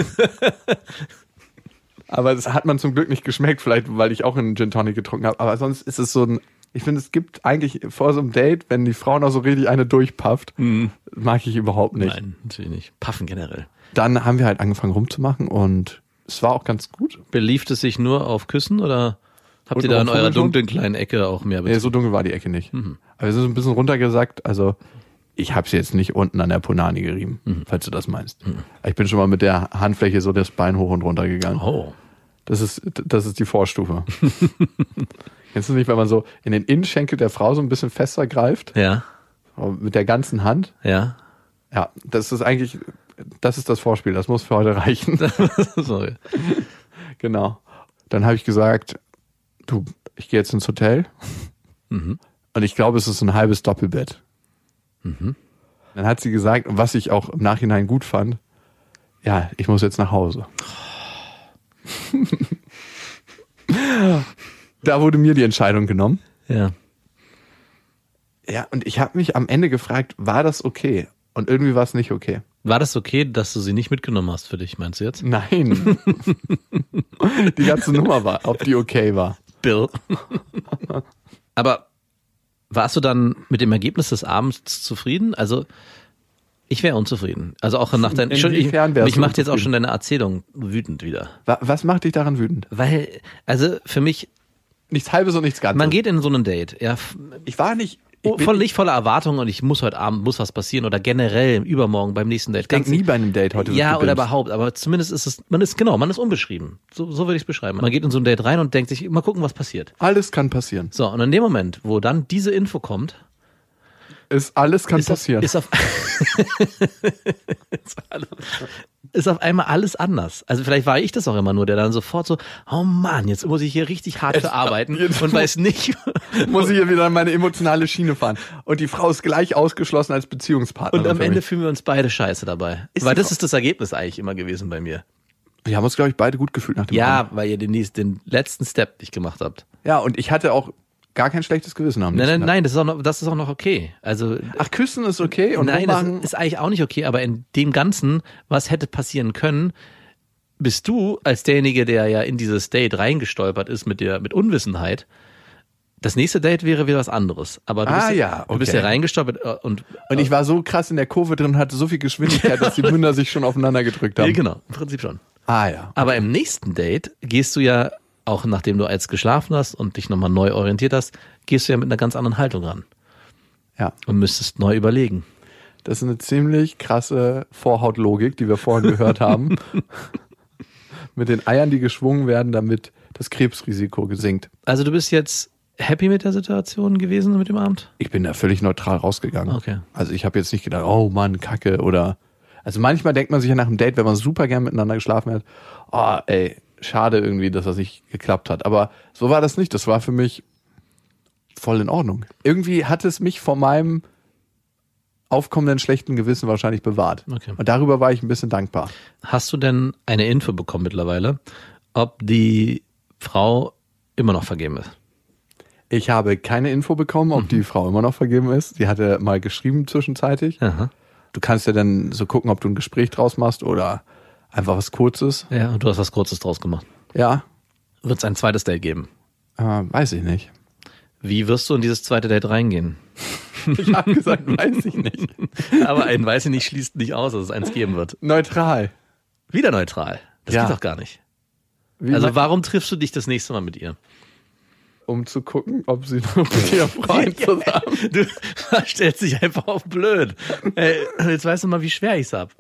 Aber das hat man zum Glück nicht geschmeckt, vielleicht weil ich auch einen Gin Tonic getrunken habe. Aber sonst ist es so ein, ich finde, es gibt eigentlich vor so einem Date, wenn die Frau noch so richtig eine durchpafft, mag ich überhaupt nicht. Nein, natürlich nicht. Paffen generell. Dann haben wir halt angefangen rumzumachen und es war auch ganz gut. Belieft es sich nur auf Küssen oder habt Und ihr da in auf eurer Fummeln schon? dunklen kleinen Ecke auch mehr Nee, Beziehung? so dunkel war die Ecke nicht. Aber wir sind so ein bisschen runtergesackt. Also ich habe sie jetzt nicht unten an der Punani gerieben, falls du das meinst. Ich bin schon mal mit der Handfläche so das Bein hoch und runter gegangen. Oh. Das ist, das ist die Vorstufe. Kennst du nicht, wenn man so in den Innenschenkel der Frau so ein bisschen fester greift, Ja, aber mit der ganzen Hand? ja. Ja, das ist eigentlich, das ist das Vorspiel. Das muss für heute reichen. Sorry. Genau. Dann habe ich gesagt, du, ich gehe jetzt ins Hotel. Und ich glaube, es ist ein halbes Doppelbett. Mhm. Dann hat sie gesagt, und was ich auch im Nachhinein gut fand, ja, ich muss jetzt nach Hause. da wurde mir die Entscheidung genommen. Ja. Ja, und ich habe mich am Ende gefragt, war das okay? Und irgendwie war es nicht okay. War das okay, dass du sie nicht mitgenommen hast für dich, meinst du jetzt? Nein. die ganze Nummer war, ob die okay war. Bill. Aber warst du dann mit dem Ergebnis des Abends zufrieden? Also ich wäre unzufrieden. Also auch nach deinen. Entschuldigung, Inwiefern ich, wärst mich du macht jetzt auch unzufrieden? schon deine Erzählung wütend wieder. Wa- Was macht dich daran wütend? Weil, also für mich, nichts halbes und nichts ganzes. man geht in so ein Date, ja, f- ich war nicht. Ich Oh, bin- voll nicht voller Erwartungen und ich muss heute Abend muss was passieren oder generell übermorgen beim nächsten Date. Ich denk nie bei einem Date, heute wird Ja, gebimst. oder überhaupt, aber zumindest ist es, man ist genau, man ist unbeschrieben. So, so würde ich es beschreiben. Man geht in so ein Date rein und denkt sich, mal gucken, was passiert. alles kann passieren. So, und in dem Moment, wo dann diese Info kommt, Ist alles kann ist auf, passieren. ist, auf, ist alles- ist auf einmal alles anders. Also vielleicht war ich das auch immer nur, der dann sofort so, oh Mann, jetzt muss ich hier richtig hart verarbeiten jetzt und weiß nicht, Muss ich hier wieder meine emotionale Schiene fahren. Und die Frau ist gleich ausgeschlossen als Beziehungspartner. Und am Ende fühlen wir uns beide scheiße dabei. Ist Weil die das Frau- ist das Ergebnis eigentlich immer gewesen bei mir. Wir haben uns, glaube ich, beide gut gefühlt nach dem Ja, weil ihr den, nächsten- den letzten Step nicht gemacht habt. Abend. Ja, und ich hatte auch gar kein schlechtes Gewissen am Nein, nächsten nein, nein, das ist auch noch, das ist auch noch okay. Also Tag. Ach, küssen ist okay und Nein, rummachen. das ist eigentlich auch nicht okay, aber in dem Ganzen, was hätte passieren können, bist du als derjenige, der ja in dieses Date reingestolpert ist mit der, mit Unwissenheit, das nächste Date wäre wieder was anderes. Aber du, Ah, bist, ja, du bist okay. ja reingestolpert äh, und, und ich war so krass in der Kurve drin und hatte so viel Geschwindigkeit, dass die Münder sich schon aufeinander gedrückt ja, haben. genau, im Prinzip schon. Ah ja. Aber im nächsten Date gehst du ja, auch nachdem du jetzt geschlafen hast und dich nochmal neu orientiert hast, gehst du ja mit einer ganz anderen Haltung ran Ja. und müsstest neu überlegen. Das ist eine ziemlich krasse Vorhautlogik, die wir vorhin gehört haben. mit den Eiern, die geschwungen werden, damit das Krebsrisiko sinkt. Also du bist jetzt happy mit der Situation gewesen mit dem Abend? Ich bin da völlig neutral rausgegangen. Okay. Also ich habe jetzt nicht gedacht, oh Mann, Kacke oder. Also manchmal denkt man sich ja nach dem Date, wenn man super gern miteinander geschlafen hat, oh ey, schade irgendwie, dass das nicht geklappt hat. Aber so war das nicht. Das war für mich voll in Ordnung. Irgendwie hat es mich vor meinem aufkommenden schlechten Gewissen wahrscheinlich bewahrt. Okay. Und darüber war ich ein bisschen dankbar. Hast du denn eine Info bekommen mittlerweile, ob die Frau immer noch vergeben ist? Ich habe keine Info bekommen, Mhm. ob die Frau immer noch vergeben ist. Sie hatte mal geschrieben zwischenzeitig. Aha. Du kannst ja dann so gucken, ob du ein Gespräch draus machst oder einfach was Kurzes. Ja, und du hast was Kurzes draus gemacht. Ja, Wird es ein zweites Date geben? äh, weiß ich nicht. Wie wirst du in dieses zweite Date reingehen? Ich habe gesagt, weiß ich nicht. Aber ein Weiß ich nicht schließt nicht aus, dass es eins geben wird. Neutral. Wieder neutral. Das Ja. geht doch gar nicht. Wie also man- warum triffst du dich das nächste Mal mit ihr? um zu gucken, ob sie noch mit ihrer Freundin zusammen. Du stellst dich einfach auf blöd. Ey, jetzt weißt du mal, wie schwer ich's hab.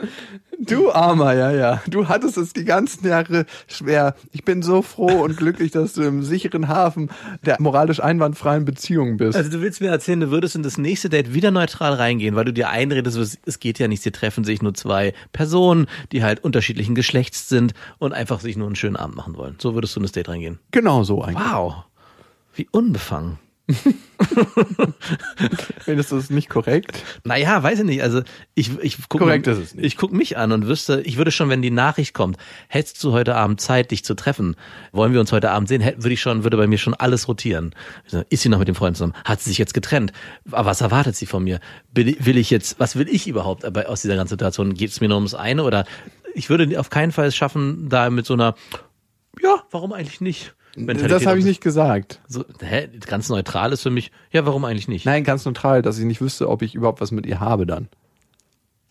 Du armer, ja, ja. Du hattest es die ganzen Jahre schwer. Ich bin so froh und glücklich, dass du im sicheren Hafen der moralisch einwandfreien Beziehung bist. Also du willst mir erzählen, du würdest in das nächste Date wieder neutral reingehen, weil du dir einredest, es- es geht ja nicht, sie treffen sich nur zwei Personen, die halt unterschiedlichen Geschlechts sind und einfach sich nur einen schönen Abend machen wollen. So würdest du in das Date reingehen. genau so eigentlich. Wow, wie unbefangen. Findest du es nicht korrekt? Naja, weiß ich nicht. Also ich, ich guck Korrekt ist es nicht. Ich guck mich an und wüsste, ich würde schon, wenn die Nachricht kommt, hättest du heute Abend Zeit, dich zu treffen? Wollen wir uns heute Abend sehen? Hätte, würde ich schon, würde bei mir schon alles rotieren. Also, Ist sie noch mit dem Freund zusammen? Hat sie sich jetzt getrennt? Aber was erwartet sie von mir? Will, will ich jetzt, was will ich überhaupt dabei aus dieser ganzen Situation? Geht es mir nur ums eine oder ich würde auf keinen Fall es schaffen, da mit so einer, ja, warum eigentlich nicht? das habe ich nicht gesagt. So, hä, ganz neutral ist für mich, ja, warum eigentlich nicht? Nein, ganz neutral, dass ich nicht wüsste, ob ich überhaupt was mit ihr habe dann.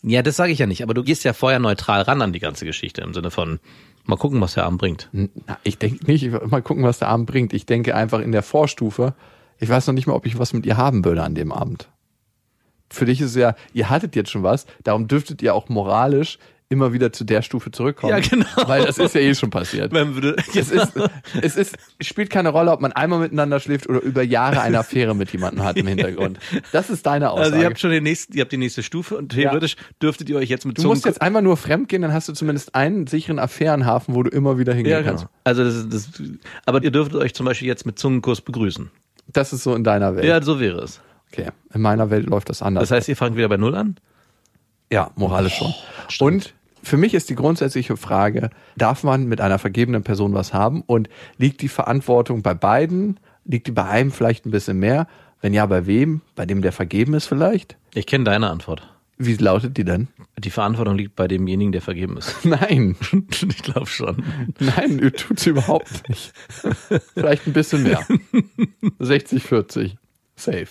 Ja, das sage ich ja nicht, aber du gehst ja vorher neutral ran an die ganze Geschichte im Sinne von mal gucken, was der Abend bringt. N- Na, ich denke nicht, ich will mal gucken, was der Abend bringt. Ich denke einfach in der Vorstufe, ich weiß noch nicht mal, ob ich was mit ihr haben würde an dem Abend. Für dich ist ja, ihr hattet jetzt schon was, darum dürftet ihr auch moralisch immer wieder zu der Stufe zurückkommen. Ja, genau. Weil das ist ja eh schon passiert. Es ist, es ist, es spielt keine Rolle, ob man einmal miteinander schläft oder über Jahre eine Affäre mit jemandem hat im Hintergrund. Das ist deine Aussage. also ihr habt schon den nächsten, ihr habt die nächste Stufe und theoretisch dürftet ihr euch jetzt mit du musst jetzt einmal nur fremd gehen, dann hast du zumindest einen sicheren Affärenhafen, wo du immer wieder hingehen ja, kannst. genau. Also das, ist- das, aber ihr dürftet euch zum Beispiel jetzt mit Zungenkuss begrüßen. Das ist so in deiner Welt. Ja, so wäre es. Okay. In meiner Welt läuft das anders. Das heißt, ihr fangt wieder bei Null an? Ja, moralisch schon. und für mich ist die grundsätzliche Frage, darf man mit einer vergebenen Person was haben? Und liegt die Verantwortung bei beiden? Liegt die bei einem vielleicht ein bisschen mehr? Wenn ja, bei wem? Bei dem, der vergeben ist vielleicht? Ich kenne deine Antwort. Wie lautet die denn? Die Verantwortung liegt bei demjenigen, der vergeben ist. Nein, ich glaube schon. nein, tut sie überhaupt nicht. Vielleicht ein bisschen mehr. 60, 40. Safe.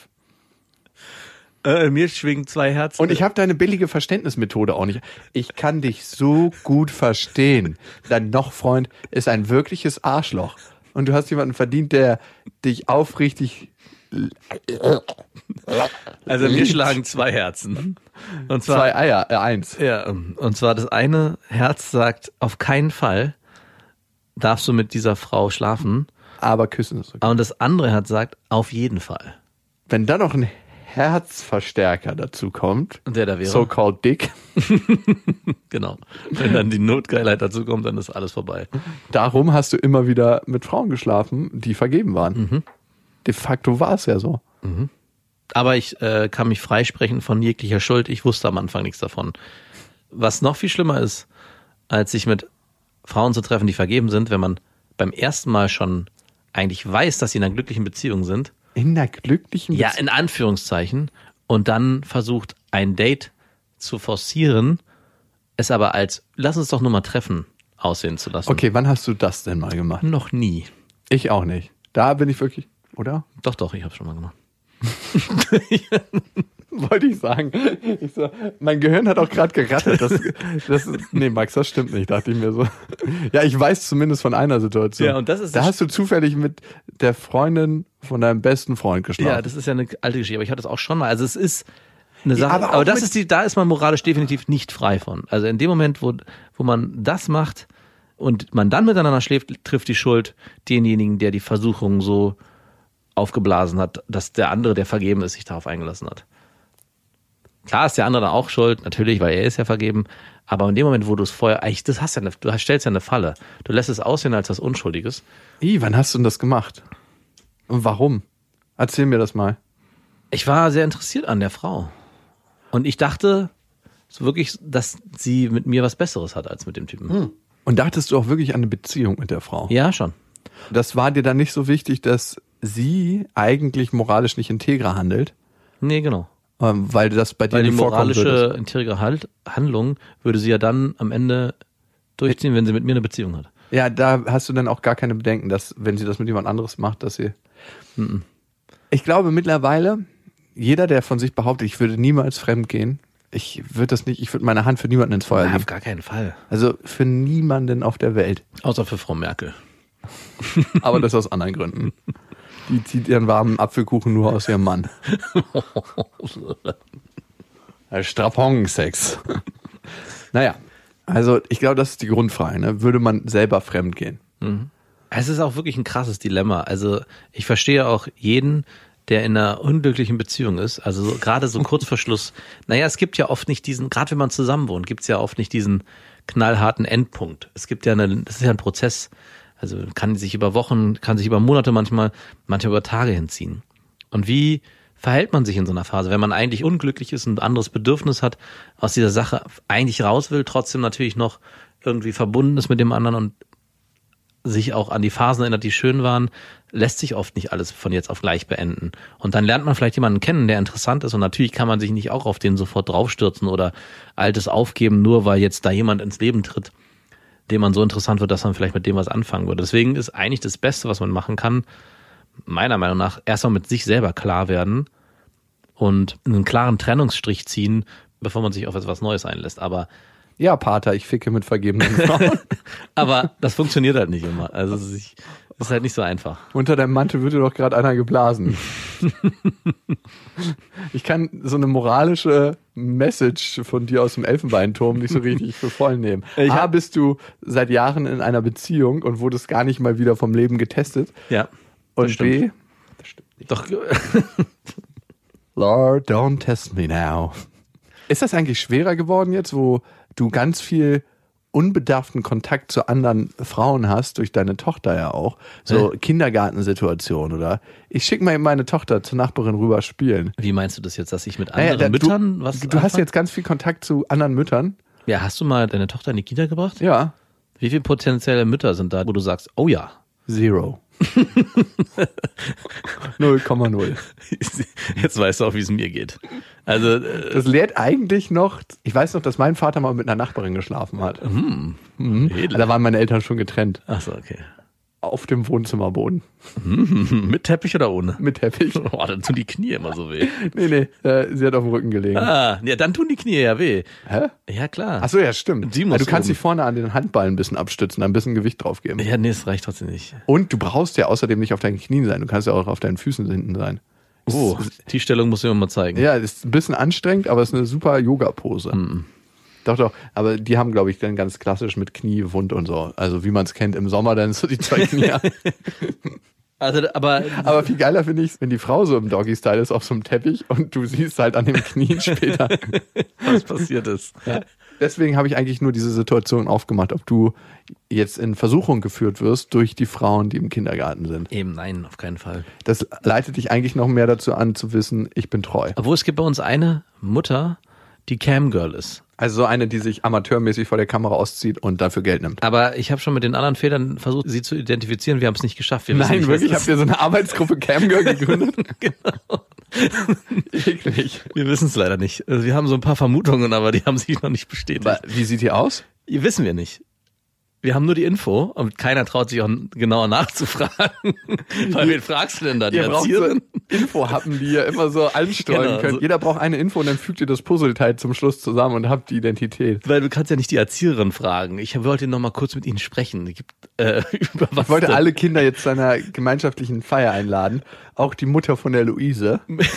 Äh, mir schwingen zwei Herzen. Und ich habe deine billige Verständnismethode auch nicht. Ich kann dich so gut verstehen. Dein Noch-Freund ist ein wirkliches Arschloch. Und du hast jemanden verdient, der dich aufrichtig. also mir Liegt. schlagen zwei Herzen. Und zwar Zwei Eier, äh, eins. Ja, ähm, und zwar das eine Herz sagt, auf keinen Fall darfst du mit dieser Frau schlafen. Aber küssen ist okay. Und das andere Herz sagt, auf jeden Fall. Wenn dann noch ein Herzverstärker dazu kommt, Und der da wäre. so-called Dick, Genau. Wenn dann die Notgeilheit dazu kommt, dann ist alles vorbei. darum hast du immer wieder mit Frauen geschlafen, die vergeben waren. Mhm. De facto war es ja so. Aber ich äh, kann mich freisprechen von jeglicher Schuld. Ich wusste am Anfang nichts davon. Was noch viel schlimmer ist, als ich mit Frauen zu treffen, die vergeben sind, wenn man beim ersten Mal schon eigentlich weiß, dass sie in einer glücklichen Beziehung sind. In einer glücklichen Ja, in Anführungszeichen. Und dann versucht, ein Date zu forcieren, es aber als, lass uns doch nur mal treffen, aussehen zu lassen. Okay, wann hast du das denn mal gemacht? Noch nie. Ich auch nicht. Da bin ich wirklich, oder? Doch, doch, ich habe schon mal gemacht. Wollte ich sagen. Ich so, mein Gehirn hat auch gerade gerattert. Das, das ist, nee, Max, das stimmt nicht, dachte ich mir so. Ja, ich weiß zumindest von einer Situation. Ja, und das ist- da hast du zufällig mit der Freundin von deinem besten Freund geschlafen. Ja, das ist ja eine alte Geschichte, aber ich hatte es auch schon mal. Also es ist eine Sache, aber aber, auch das mit- ist die, da ist man moralisch definitiv nicht frei von. Also in dem Moment, wo, wo man das macht und man dann miteinander schläft, trifft die Schuld denjenigen, der die Versuchung so aufgeblasen hat, dass der andere, der vergeben ist, sich darauf eingelassen hat. Klar ist der andere dann auch schuld, natürlich, weil er ist ja vergeben. Aber in dem Moment, wo du es vorher, eigentlich, das hast ja eine, du stellst ja eine Falle. Du lässt es aussehen als was Unschuldiges. Ih, wann hast du denn das gemacht? Und warum? Erzähl mir das mal. Ich war sehr interessiert an der Frau. Und ich dachte so wirklich, dass sie mit mir was Besseres hat als mit dem Typen. Und dachtest du auch wirklich an eine Beziehung mit der Frau? Ja, schon. Das war dir dann nicht so wichtig, dass sie eigentlich moralisch nicht integer handelt, Nee, genau. ähm, weil das bei dir Weil die nicht vorkommen würde. moralische, integre Halt- Handlung würde sie ja dann am Ende durchziehen, wenn sie mit mir eine Beziehung hat. Ja, da hast du dann auch gar keine Bedenken, dass wenn sie das mit jemand anderes macht, dass sie. Ich glaube mittlerweile, jeder, der von sich behauptet, ich würde niemals fremd gehen, ich würde das nicht, ich würde meine Hand für niemanden ins Feuer legen. gar keinen Fall. Also für niemanden auf der Welt. Außer für Frau Merkel. Aber das aus anderen Gründen. Die zieht ihren warmen Apfelkuchen nur aus ihrem Mann. Strapon-Sex. naja, also ich glaube, das ist die Grundfrage. Ne? Würde man selber fremd gehen? Es ist auch wirklich ein krasses Dilemma. Also ich verstehe auch jeden, der in einer unglücklichen Beziehung ist. Also so, gerade so kurz vor Schluss. Naja, es gibt ja oft nicht diesen, gerade wenn man zusammen wohnt, gibt es ja oft nicht diesen knallharten Endpunkt. Es gibt ja eine, das ist ja ein Prozess. Also kann sich über Wochen, kann sich über Monate manchmal, manchmal über Tage hinziehen. Und wie verhält man sich in so einer Phase, wenn man eigentlich unglücklich ist und ein anderes Bedürfnis hat, aus dieser Sache eigentlich raus will, trotzdem natürlich noch irgendwie verbunden ist mit dem anderen und sich auch an die Phasen erinnert, die schön waren, lässt sich oft nicht alles von jetzt auf gleich beenden. Und dann lernt man vielleicht jemanden kennen, der interessant ist. Und natürlich kann man sich nicht auch auf den sofort draufstürzen oder Altes aufgeben, nur weil jetzt da jemand ins Leben tritt, dem man so interessant wird, dass man vielleicht mit dem was anfangen würde. Deswegen ist eigentlich das Beste, was man machen kann, meiner Meinung nach, erstmal mit sich selber klar werden und einen klaren Trennungsstrich ziehen, bevor man sich auf etwas Neues einlässt. Aber Ja, Pater, ich ficke mit vergebenen Frauen. aber das funktioniert halt nicht immer. Also es ist es ist halt nicht so einfach. Unter deinem Mantel würde doch gerade einer geblasen. ich kann so eine moralische Message von dir aus dem Elfenbeinturm nicht so richtig für voll nehmen. Ich A, hab- bist du seit Jahren in einer Beziehung und wurdest gar nicht mal wieder vom Leben getestet. Ja. Und B, Doch, Lord, don't test me now. Ist das eigentlich schwerer geworden jetzt, wo du ganz viel unbedarften Kontakt zu anderen Frauen hast, durch deine Tochter ja auch? So Kindergartensituation, oder? Ich schicke mal eben meine Tochter zur Nachbarin rüber spielen. wie meinst du das jetzt, dass ich mit Naja, anderen da- Müttern du, was Du hast anfange? jetzt ganz viel Kontakt zu anderen Müttern. Ja, hast du mal deine Tochter in die Kita gebracht? Ja. Wie viele potenzielle Mütter sind da, wo du sagst, oh ja, Zero. 0,0. jetzt weißt du auch, wie es mir geht. Also, äh, Das lehrt eigentlich noch, ich weiß noch, dass mein Vater mal mit einer Nachbarin geschlafen hat. Mhm. edel. Da waren meine Eltern schon getrennt. Achso, okay. Auf dem Wohnzimmerboden. Mit Teppich oder ohne? Mit Teppich. Boah, dann tun die Knie immer so weh. Nee, nee, äh, sie hat auf dem Rücken gelegen. Ah, ja, dann tun die Knie ja weh. Hä? Ja, klar. Achso, ja, stimmt. Die muss Also du kannst oben. dich vorne an den Handballen ein bisschen abstützen, da ein bisschen Gewicht draufgeben. Ja, nee, das reicht trotzdem nicht. Und du brauchst ja außerdem nicht auf deinen Knien sein, du kannst ja auch auf deinen Füßen hinten sein. Oh, die Stellung muss ich immer mal zeigen. Ja, ist ein bisschen anstrengend, aber ist eine super Yoga-Pose. Mhm. Doch, doch. Aber die haben, glaube ich, dann ganz klassisch mit Knie, Wund und so. Also wie man es kennt im Sommer, dann so die zwei Knie. Also, aber aber viel geiler finde ich wenn die Frau so im Doggy-Style ist auf so einem Teppich und du siehst halt an den Knien später. was passiert ist. Deswegen habe ich eigentlich nur diese Situation aufgemacht, ob du jetzt in Versuchung geführt wirst durch die Frauen, die im Kindergarten sind. Eben, nein, auf keinen Fall. Das leitet dich eigentlich noch mehr dazu an, zu wissen, ich bin treu. Obwohl es gibt bei uns eine Mutter, die Camgirl ist. Also so eine, die sich amateurmäßig vor der Kamera auszieht und dafür Geld nimmt. Aber ich habe schon mit den anderen Federn versucht, sie zu identifizieren. Wir haben es nicht geschafft. Wir wissen Nein, nicht, wirklich, was habt ihr so eine Arbeitsgruppe Camgirl gegründet? genau. Eklig. das- Wir wissen es leider nicht. Also wir haben so ein paar Vermutungen, aber die haben sich noch nicht bestätigt. Aber wie sieht die aus? Ihr wissen wir nicht. Wir haben nur die Info und keiner traut sich auch genauer nachzufragen. Weil wen fragst du denn dann? Die Ihr braucht so Erzieherin? Infohappen, die ihr immer so einstreuen Genau, könnt. so- Jeder braucht eine Info und dann fügt ihr das Puzzleteil zum Schluss zusammen und habt die Identität. Weil du kannst ja nicht die Erzieherin fragen. Ich wollte noch mal kurz mit ihnen sprechen. Es Gibt, äh, über was Ich wollte denn? alle Kinder jetzt zu einer gemeinschaftlichen Feier einladen, auch die Mutter von der Luise. genau.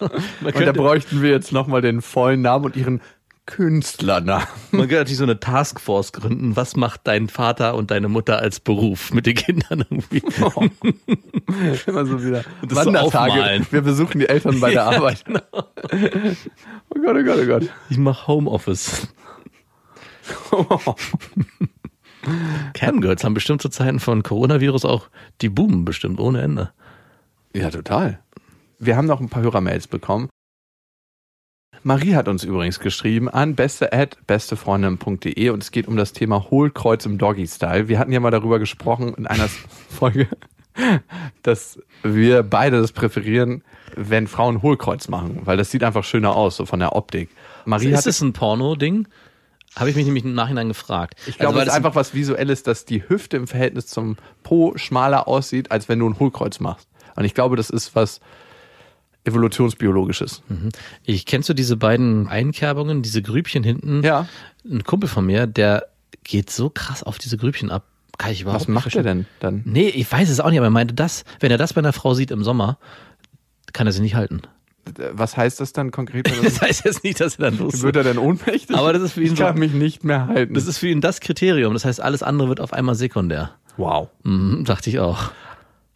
Man Und da könnte, bräuchten wir jetzt nochmal den vollen Namen und ihren Künstlernamen. man könnte natürlich so eine Taskforce gründen. Was macht dein Vater und deine Mutter als Beruf mit den Kindern irgendwie? Immer so wieder Und das so aufmalen. genau. wir besuchen die Eltern bei der Arbeit. Oh Gott, oh Gott, oh Gott. Ich mache Homeoffice. Camgirls haben bestimmt zu Zeiten von Coronavirus auch die Buben bestimmt ohne Ende. Ja, total. Wir haben noch ein paar Hörermails bekommen. Marie hat uns übrigens geschrieben an beste@bestefreundin.de und es geht um das Thema Hohlkreuz im Doggy Style. Wir hatten ja mal darüber gesprochen in einer Folge, dass wir beide das präferieren, wenn Frauen Hohlkreuz machen, weil das sieht einfach schöner aus so von der Optik. Marie Also Ist hat es ein Porno-Ding? Habe ich mich nämlich im Nachhinein gefragt. Ich glaube, Also weil es ist einfach was Visuelles, dass die Hüfte im Verhältnis zum Po schmaler aussieht, als wenn du ein Hohlkreuz machst. Und ich glaube, das ist was evolutionsbiologisches. Mhm. Ich kennst du diese beiden Einkerbungen, diese Grübchen hinten? Ja. Ein Kumpel von mir, der geht so krass auf diese Grübchen ab. Kann ich überhaupt Was nicht macht er verstehen. denn dann? Nee, ich weiß es auch nicht, aber er meinte das, wenn er das bei einer Frau sieht im Sommer, kann er sie nicht halten. Was heißt das dann konkret? Das heißt jetzt nicht, dass er dann los Wird er denn ohnmächtig? Aber das ist für ihn ich kann so- mich nicht mehr halten. Das ist für ihn das Kriterium. Das heißt, alles andere wird auf einmal sekundär. wow. Mhm, dachte ich auch.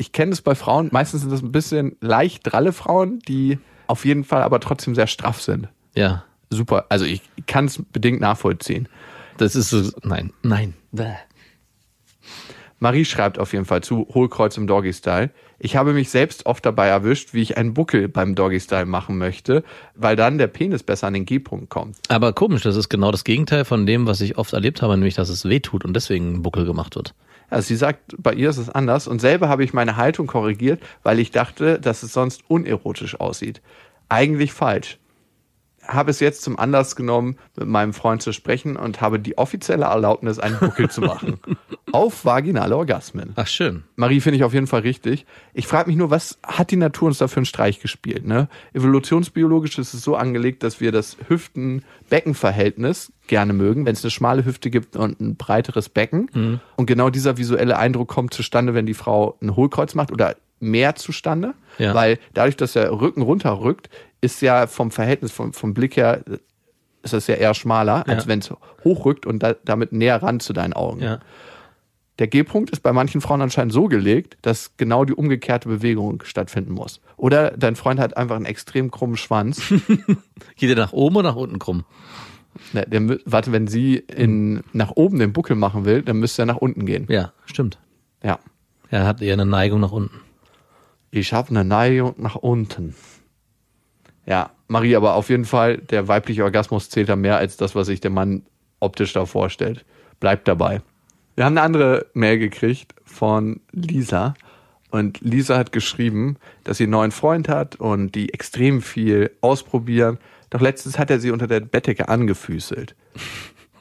Ich kenne es bei Frauen, meistens sind das ein bisschen leicht dralle Frauen, die auf jeden Fall aber trotzdem sehr straff sind. Ja. Super, also ich kann es bedingt nachvollziehen. Das ist so. Nein, nein. Marie schreibt auf jeden Fall zu Hohlkreuz im Doggy Style. Ich habe mich selbst oft dabei erwischt, wie ich einen Buckel beim Doggy Style machen möchte, weil dann der Penis besser an den G-Punkt kommt. Aber komisch, das ist genau das Gegenteil von dem, was ich oft erlebt habe, nämlich dass es weh tut und deswegen ein Buckel gemacht wird. Ja, Also sie sagt, bei ihr ist es anders und selber habe ich meine Haltung korrigiert, weil ich dachte, dass es sonst unerotisch aussieht. Eigentlich falsch. Habe es jetzt zum Anlass genommen, mit meinem Freund zu sprechen und habe die offizielle Erlaubnis, einen Buckel zu machen. Auf vaginale Orgasmen. Ach schön. Marie finde ich auf jeden Fall richtig. Ich frage mich nur, was hat die Natur uns da für einen Streich gespielt? Ne? Evolutionsbiologisch ist es so angelegt, dass wir das Hüften-Becken-Verhältnis gerne mögen, wenn es eine schmale Hüfte gibt und ein breiteres Becken. Mhm. Und genau dieser visuelle Eindruck kommt zustande, wenn die Frau ein Hohlkreuz macht oder mehr zustande. Ja. Weil dadurch, dass der Rücken runterrückt, ist ja vom Verhältnis, vom, vom Blick her, äh, ist das ja eher schmaler, als wenn es hochrückt und da, damit näher ran zu deinen Augen. Ja. Der G-Punkt ist bei manchen Frauen anscheinend so gelegt, dass genau die umgekehrte Bewegung stattfinden muss. Oder dein Freund hat einfach einen extrem krummen Schwanz. Geht er nach oben oder nach unten krumm? Na, der, mü- warte, wenn sie in, nach oben den Buckel machen will, dann müsste er nach unten gehen. Ja, stimmt. Ja. Er hat eher eine Neigung nach unten. Ich habe eine Neigung nach unten. Ja, Marie, aber auf jeden Fall, der weibliche Orgasmus zählt da mehr als das, was sich der Mann optisch da vorstellt. Bleibt dabei. Wir haben eine andere Mail gekriegt von Lisa. Und Lisa hat geschrieben, dass sie einen neuen Freund hat und die extrem viel ausprobieren. Doch letztens hat er sie unter der Bettdecke angefüßelt.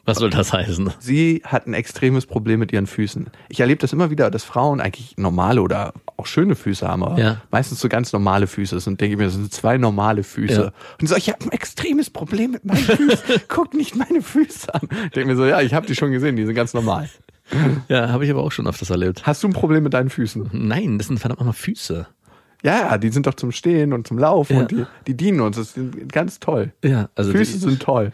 Was soll das heißen? Sie hat ein extremes Problem mit ihren Füßen. Ich erlebe das immer wieder, dass Frauen eigentlich normale oder auch schöne Füße haben, aber Ja. meistens so ganz normale Füße sind. Denke ich mir, das sind zwei normale Füße. Ja. Und so, ich habe ein extremes Problem mit meinen Füßen. Guck nicht meine Füße an. Denke mir so, ja, ich habe die schon gesehen, die sind ganz normal. Ja, habe ich aber auch schon öfters erlebt. Hast du ein Problem mit deinen Füßen? Nein, das sind verdammt nochmal Füße. Ja, ja, die sind doch zum Stehen und zum Laufen Ja. und die, die dienen uns. Das ist ganz toll. Ja, also Füße die- sind toll.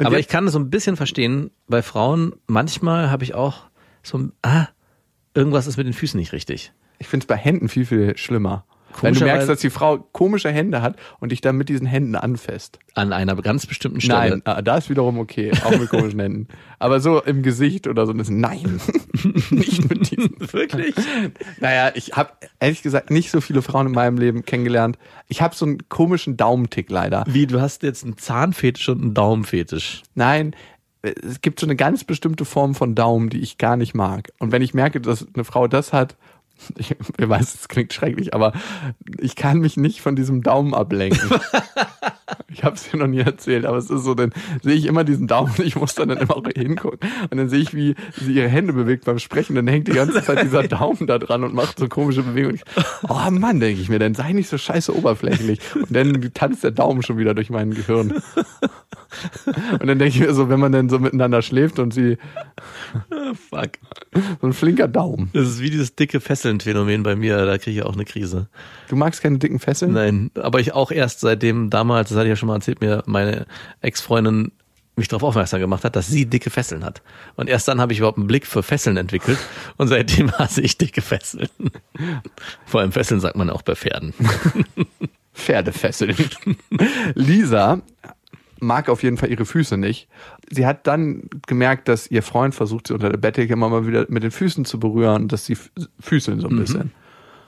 Und Aber jetzt- ich kann das so ein bisschen verstehen. Bei Frauen, manchmal habe ich auch so ein, ah, irgendwas ist mit den Füßen nicht richtig. Ich finde es bei Händen viel, viel schlimmer. Wenn du Komischerweise- merkst, dass die Frau komische Hände hat und dich dann mit diesen Händen anfasst. An einer ganz bestimmten Stelle. Nein, ah, da ist wiederum okay, auch mit komischen Händen. Aber so im Gesicht oder so, das nein. nicht mit diesen. Wirklich? Naja, ich habe ehrlich gesagt nicht so viele Frauen in meinem Leben kennengelernt. Ich habe so einen komischen Daumentick leider. Wie, du hast jetzt einen Zahnfetisch und einen Daumenfetisch. Nein, es gibt so eine ganz bestimmte Form von Daumen, die ich gar nicht mag. Und wenn ich merke, dass eine Frau das hat, ich ich weiß, es klingt schrecklich, aber ich kann mich nicht von diesem Daumen ablenken. ich habe es dir noch nie erzählt, aber es ist so, dann sehe ich immer diesen Daumen und ich muss dann, dann immer auch hingucken. Und dann sehe ich, wie sie ihre Hände bewegt beim Sprechen. Dann hängt die ganze Zeit dieser Daumen da dran und macht so komische Bewegungen. Oh Mann, denke ich mir, dann sei nicht so scheiße oberflächlich. Und dann tanzt der Daumen schon wieder durch mein Gehirn. Und dann denke ich mir so, wenn man dann so miteinander schläft und sie Fuck. so ein flinker Daumen. Das ist wie dieses dicke Fesseln-Phänomen bei mir, da kriege ich auch eine Krise. Du magst keine dicken Fesseln? Nein, aber ich auch erst seitdem damals, das hatte ich ja schon mal erzählt, mir meine Ex-Freundin mich darauf aufmerksam gemacht hat, dass sie dicke Fesseln hat. Und erst dann habe ich überhaupt einen Blick für Fesseln entwickelt und seitdem hasse ich dicke Fesseln. Vor allem Fesseln sagt man auch bei Pferden. Pferdefesseln. Lisa mag auf jeden Fall ihre Füße nicht. Sie hat dann gemerkt, dass ihr Freund versucht, sie unter der Bettdecke immer mal wieder mit den Füßen zu berühren und dass sie f- füßeln Mhm. so ein bisschen.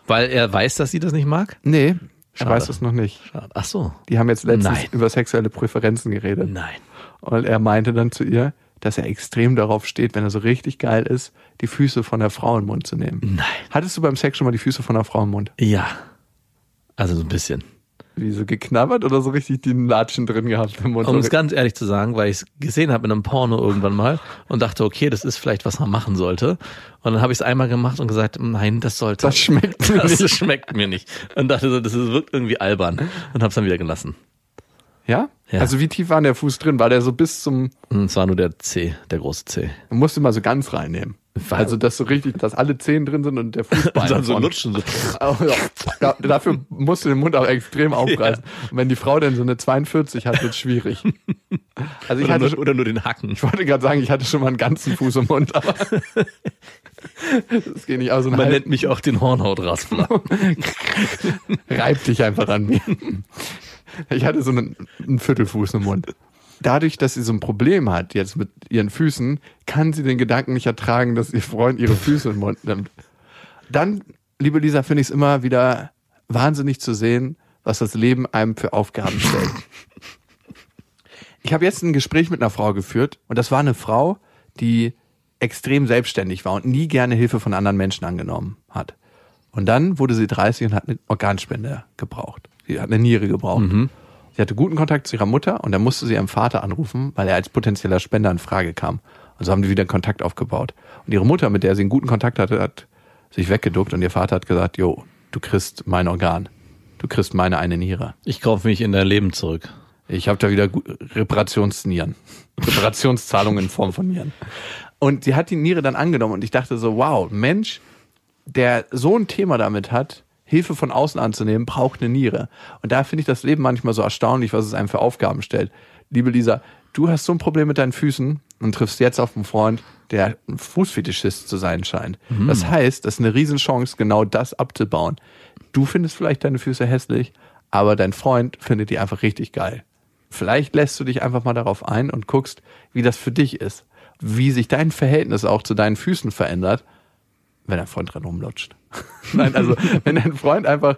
Weil er weiß, dass sie das nicht mag? Nee, ich Schade. weiß es noch nicht. Schade. Ach so. Die haben jetzt letztens Nein. über sexuelle Präferenzen geredet. Nein. Und er meinte dann zu ihr, dass er extrem darauf steht, wenn er so richtig geil ist, die Füße von der Frau im Mund zu nehmen. Nein. Hattest du beim Sex schon mal die Füße von der Frau im Mund? Ja. Also so ein bisschen. Wie so geknabbert oder so richtig die Latschen drin gehabt im Mund? Um es ganz ehrlich zu sagen, weil ich es gesehen habe in einem Porno irgendwann mal und dachte, okay, das ist vielleicht, was man machen sollte. Und dann habe ich es einmal gemacht und gesagt, nein, das sollte. das schmeckt mir das nicht. schmeckt mir nicht. Und dachte so, das ist, wirkt irgendwie albern. Und hab's dann wieder gelassen. Ja? Ja. Also wie tief war denn der Fuß drin? War der so bis zum, Und es war nur der C, der große C. man musste mal so ganz reinnehmen. Also dass so richtig, dass alle Zehen drin sind und der Fußball. vorne. so. Oh, ja. Ja, dafür musst du den Mund auch extrem aufreißen. Und wenn die Frau dann so eine 42 hat, wird's schwierig. Also ich Oder hatte nur, schon, oder nur den Hacken. ich wollte gerade sagen, ich hatte schon mal einen ganzen Fuß im Mund, aber das geht nicht aus. Und Man halt- nennt mich auch den Hornhautraspler. reib dich einfach an mir. Ich hatte so einen, einen Viertelfuß im Mund. Dadurch, dass sie so ein Problem hat jetzt mit ihren Füßen, kann sie den Gedanken nicht ertragen, dass ihr Freund ihre Füße im Mund nimmt. Dann, liebe Lisa, finde ich es immer wieder wahnsinnig zu sehen, was das Leben einem für Aufgaben stellt. Ich habe jetzt ein Gespräch mit einer Frau geführt und das war eine Frau, die extrem selbstständig war und nie gerne Hilfe von anderen Menschen angenommen hat. Und dann wurde sie 30 und hat eine Organspende gebraucht. Sie hat eine Niere gebraucht. Sie hatte guten Kontakt zu ihrer Mutter und dann musste sie ihren Vater anrufen, weil er als potenzieller Spender in Frage kam. Und so haben die wieder Kontakt aufgebaut. Und ihre Mutter, mit der sie einen guten Kontakt hatte, hat sich weggeduckt und ihr Vater hat gesagt, jo, du kriegst mein Organ. Du kriegst meine eine Niere. Ich kaufe mich in dein Leben zurück. Ich habe da wieder gu- Reparationsnieren. Reparationszahlungen in Form von Nieren. Und sie hat die Niere dann angenommen und ich dachte so, wow, Mensch, der so ein Thema damit hat, Hilfe von außen anzunehmen, braucht eine Niere. Und da finde ich das Leben manchmal so erstaunlich, was es einem für Aufgaben stellt. Liebe Lisa, du hast so ein Problem mit deinen Füßen und triffst jetzt auf einen Freund, der ein Fußfetischist zu sein scheint. Das heißt, das ist eine Riesenchance, genau das abzubauen. Du findest vielleicht deine Füße hässlich, aber dein Freund findet die einfach richtig geil. Vielleicht lässt du dich einfach mal darauf ein und guckst, wie das für dich ist. Wie sich dein Verhältnis auch zu deinen Füßen verändert, wenn dein Freund dran rumlutscht. Nein, also wenn dein Freund einfach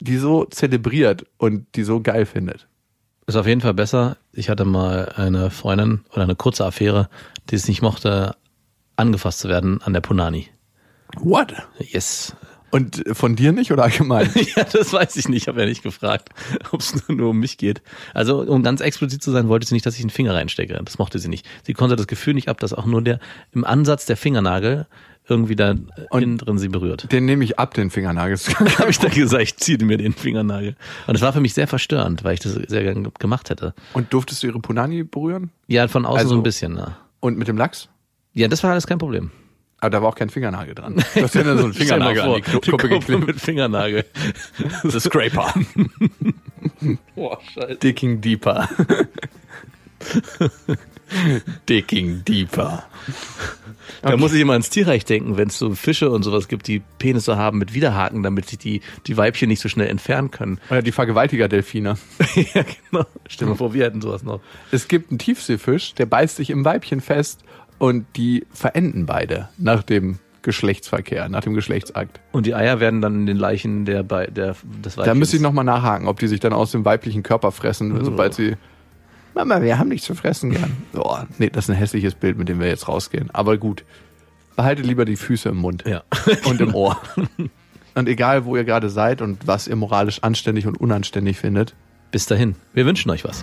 die so zelebriert und die so geil findet. Ist auf jeden Fall besser. Ich hatte mal eine Freundin oder eine kurze Affäre, die es nicht mochte, angefasst zu werden an der Punani. What? Yes. Und von dir nicht oder allgemein? Ja, das weiß ich nicht. Ich habe ja nicht gefragt, ob es nur um mich geht. Also, um ganz explizit zu sein, wollte sie nicht, dass ich einen Finger reinstecke. Das mochte sie nicht. Sie konnte das Gefühl nicht ab, dass auch nur der im Ansatz der Fingernagel irgendwie da Und- innen drin sie berührt. Den nehme ich ab, den Fingernagel. Habe ich dann gesagt, ich ziehe mir den Fingernagel. Und das war für mich sehr verstörend, weil ich das sehr gerne gemacht hätte. Und durftest du ihre Punani berühren? Ja, von außen Also- so ein bisschen. Ne? Und mit dem Lachs? Ja, das war alles kein Problem. Aber da war auch kein Fingernagel dran. Du hast ja dann so einen Fingernagel an die Stell dir mal vor, Kuppe geklebt. mit Fingernagel. The Scraper. Boah, scheiße. Dicking Deeper. Dicking Deeper. Da muss ich immer ans Tierreich denken, wenn es so Fische und sowas gibt, die Penisse haben mit Widerhaken, damit sich die, die Weibchen nicht so schnell entfernen können. Oder die Vergewaltiger-Delfine. ja, genau. Stell dir mal vor, wir hätten sowas noch. Es gibt einen Tiefseefisch, der beißt sich im Weibchen fest und die verenden beide nach dem Geschlechtsverkehr, nach dem Geschlechtsakt. Und die Eier werden dann in den Leichen der, bei, der, des Weibchens. Da müsste ich nochmal nachhaken, ob die sich dann aus dem weiblichen Körper fressen, sobald sie. Oh. Mama, wir haben nichts zu fressen gern. Boah, nee, das ist ein hässliches Bild, mit dem wir jetzt rausgehen. Aber gut. Behaltet lieber die Füße im Mund Ja. und im Ohr. Und egal, wo ihr gerade seid und was ihr moralisch anständig und unanständig findet, Bis dahin. Wir wünschen euch was.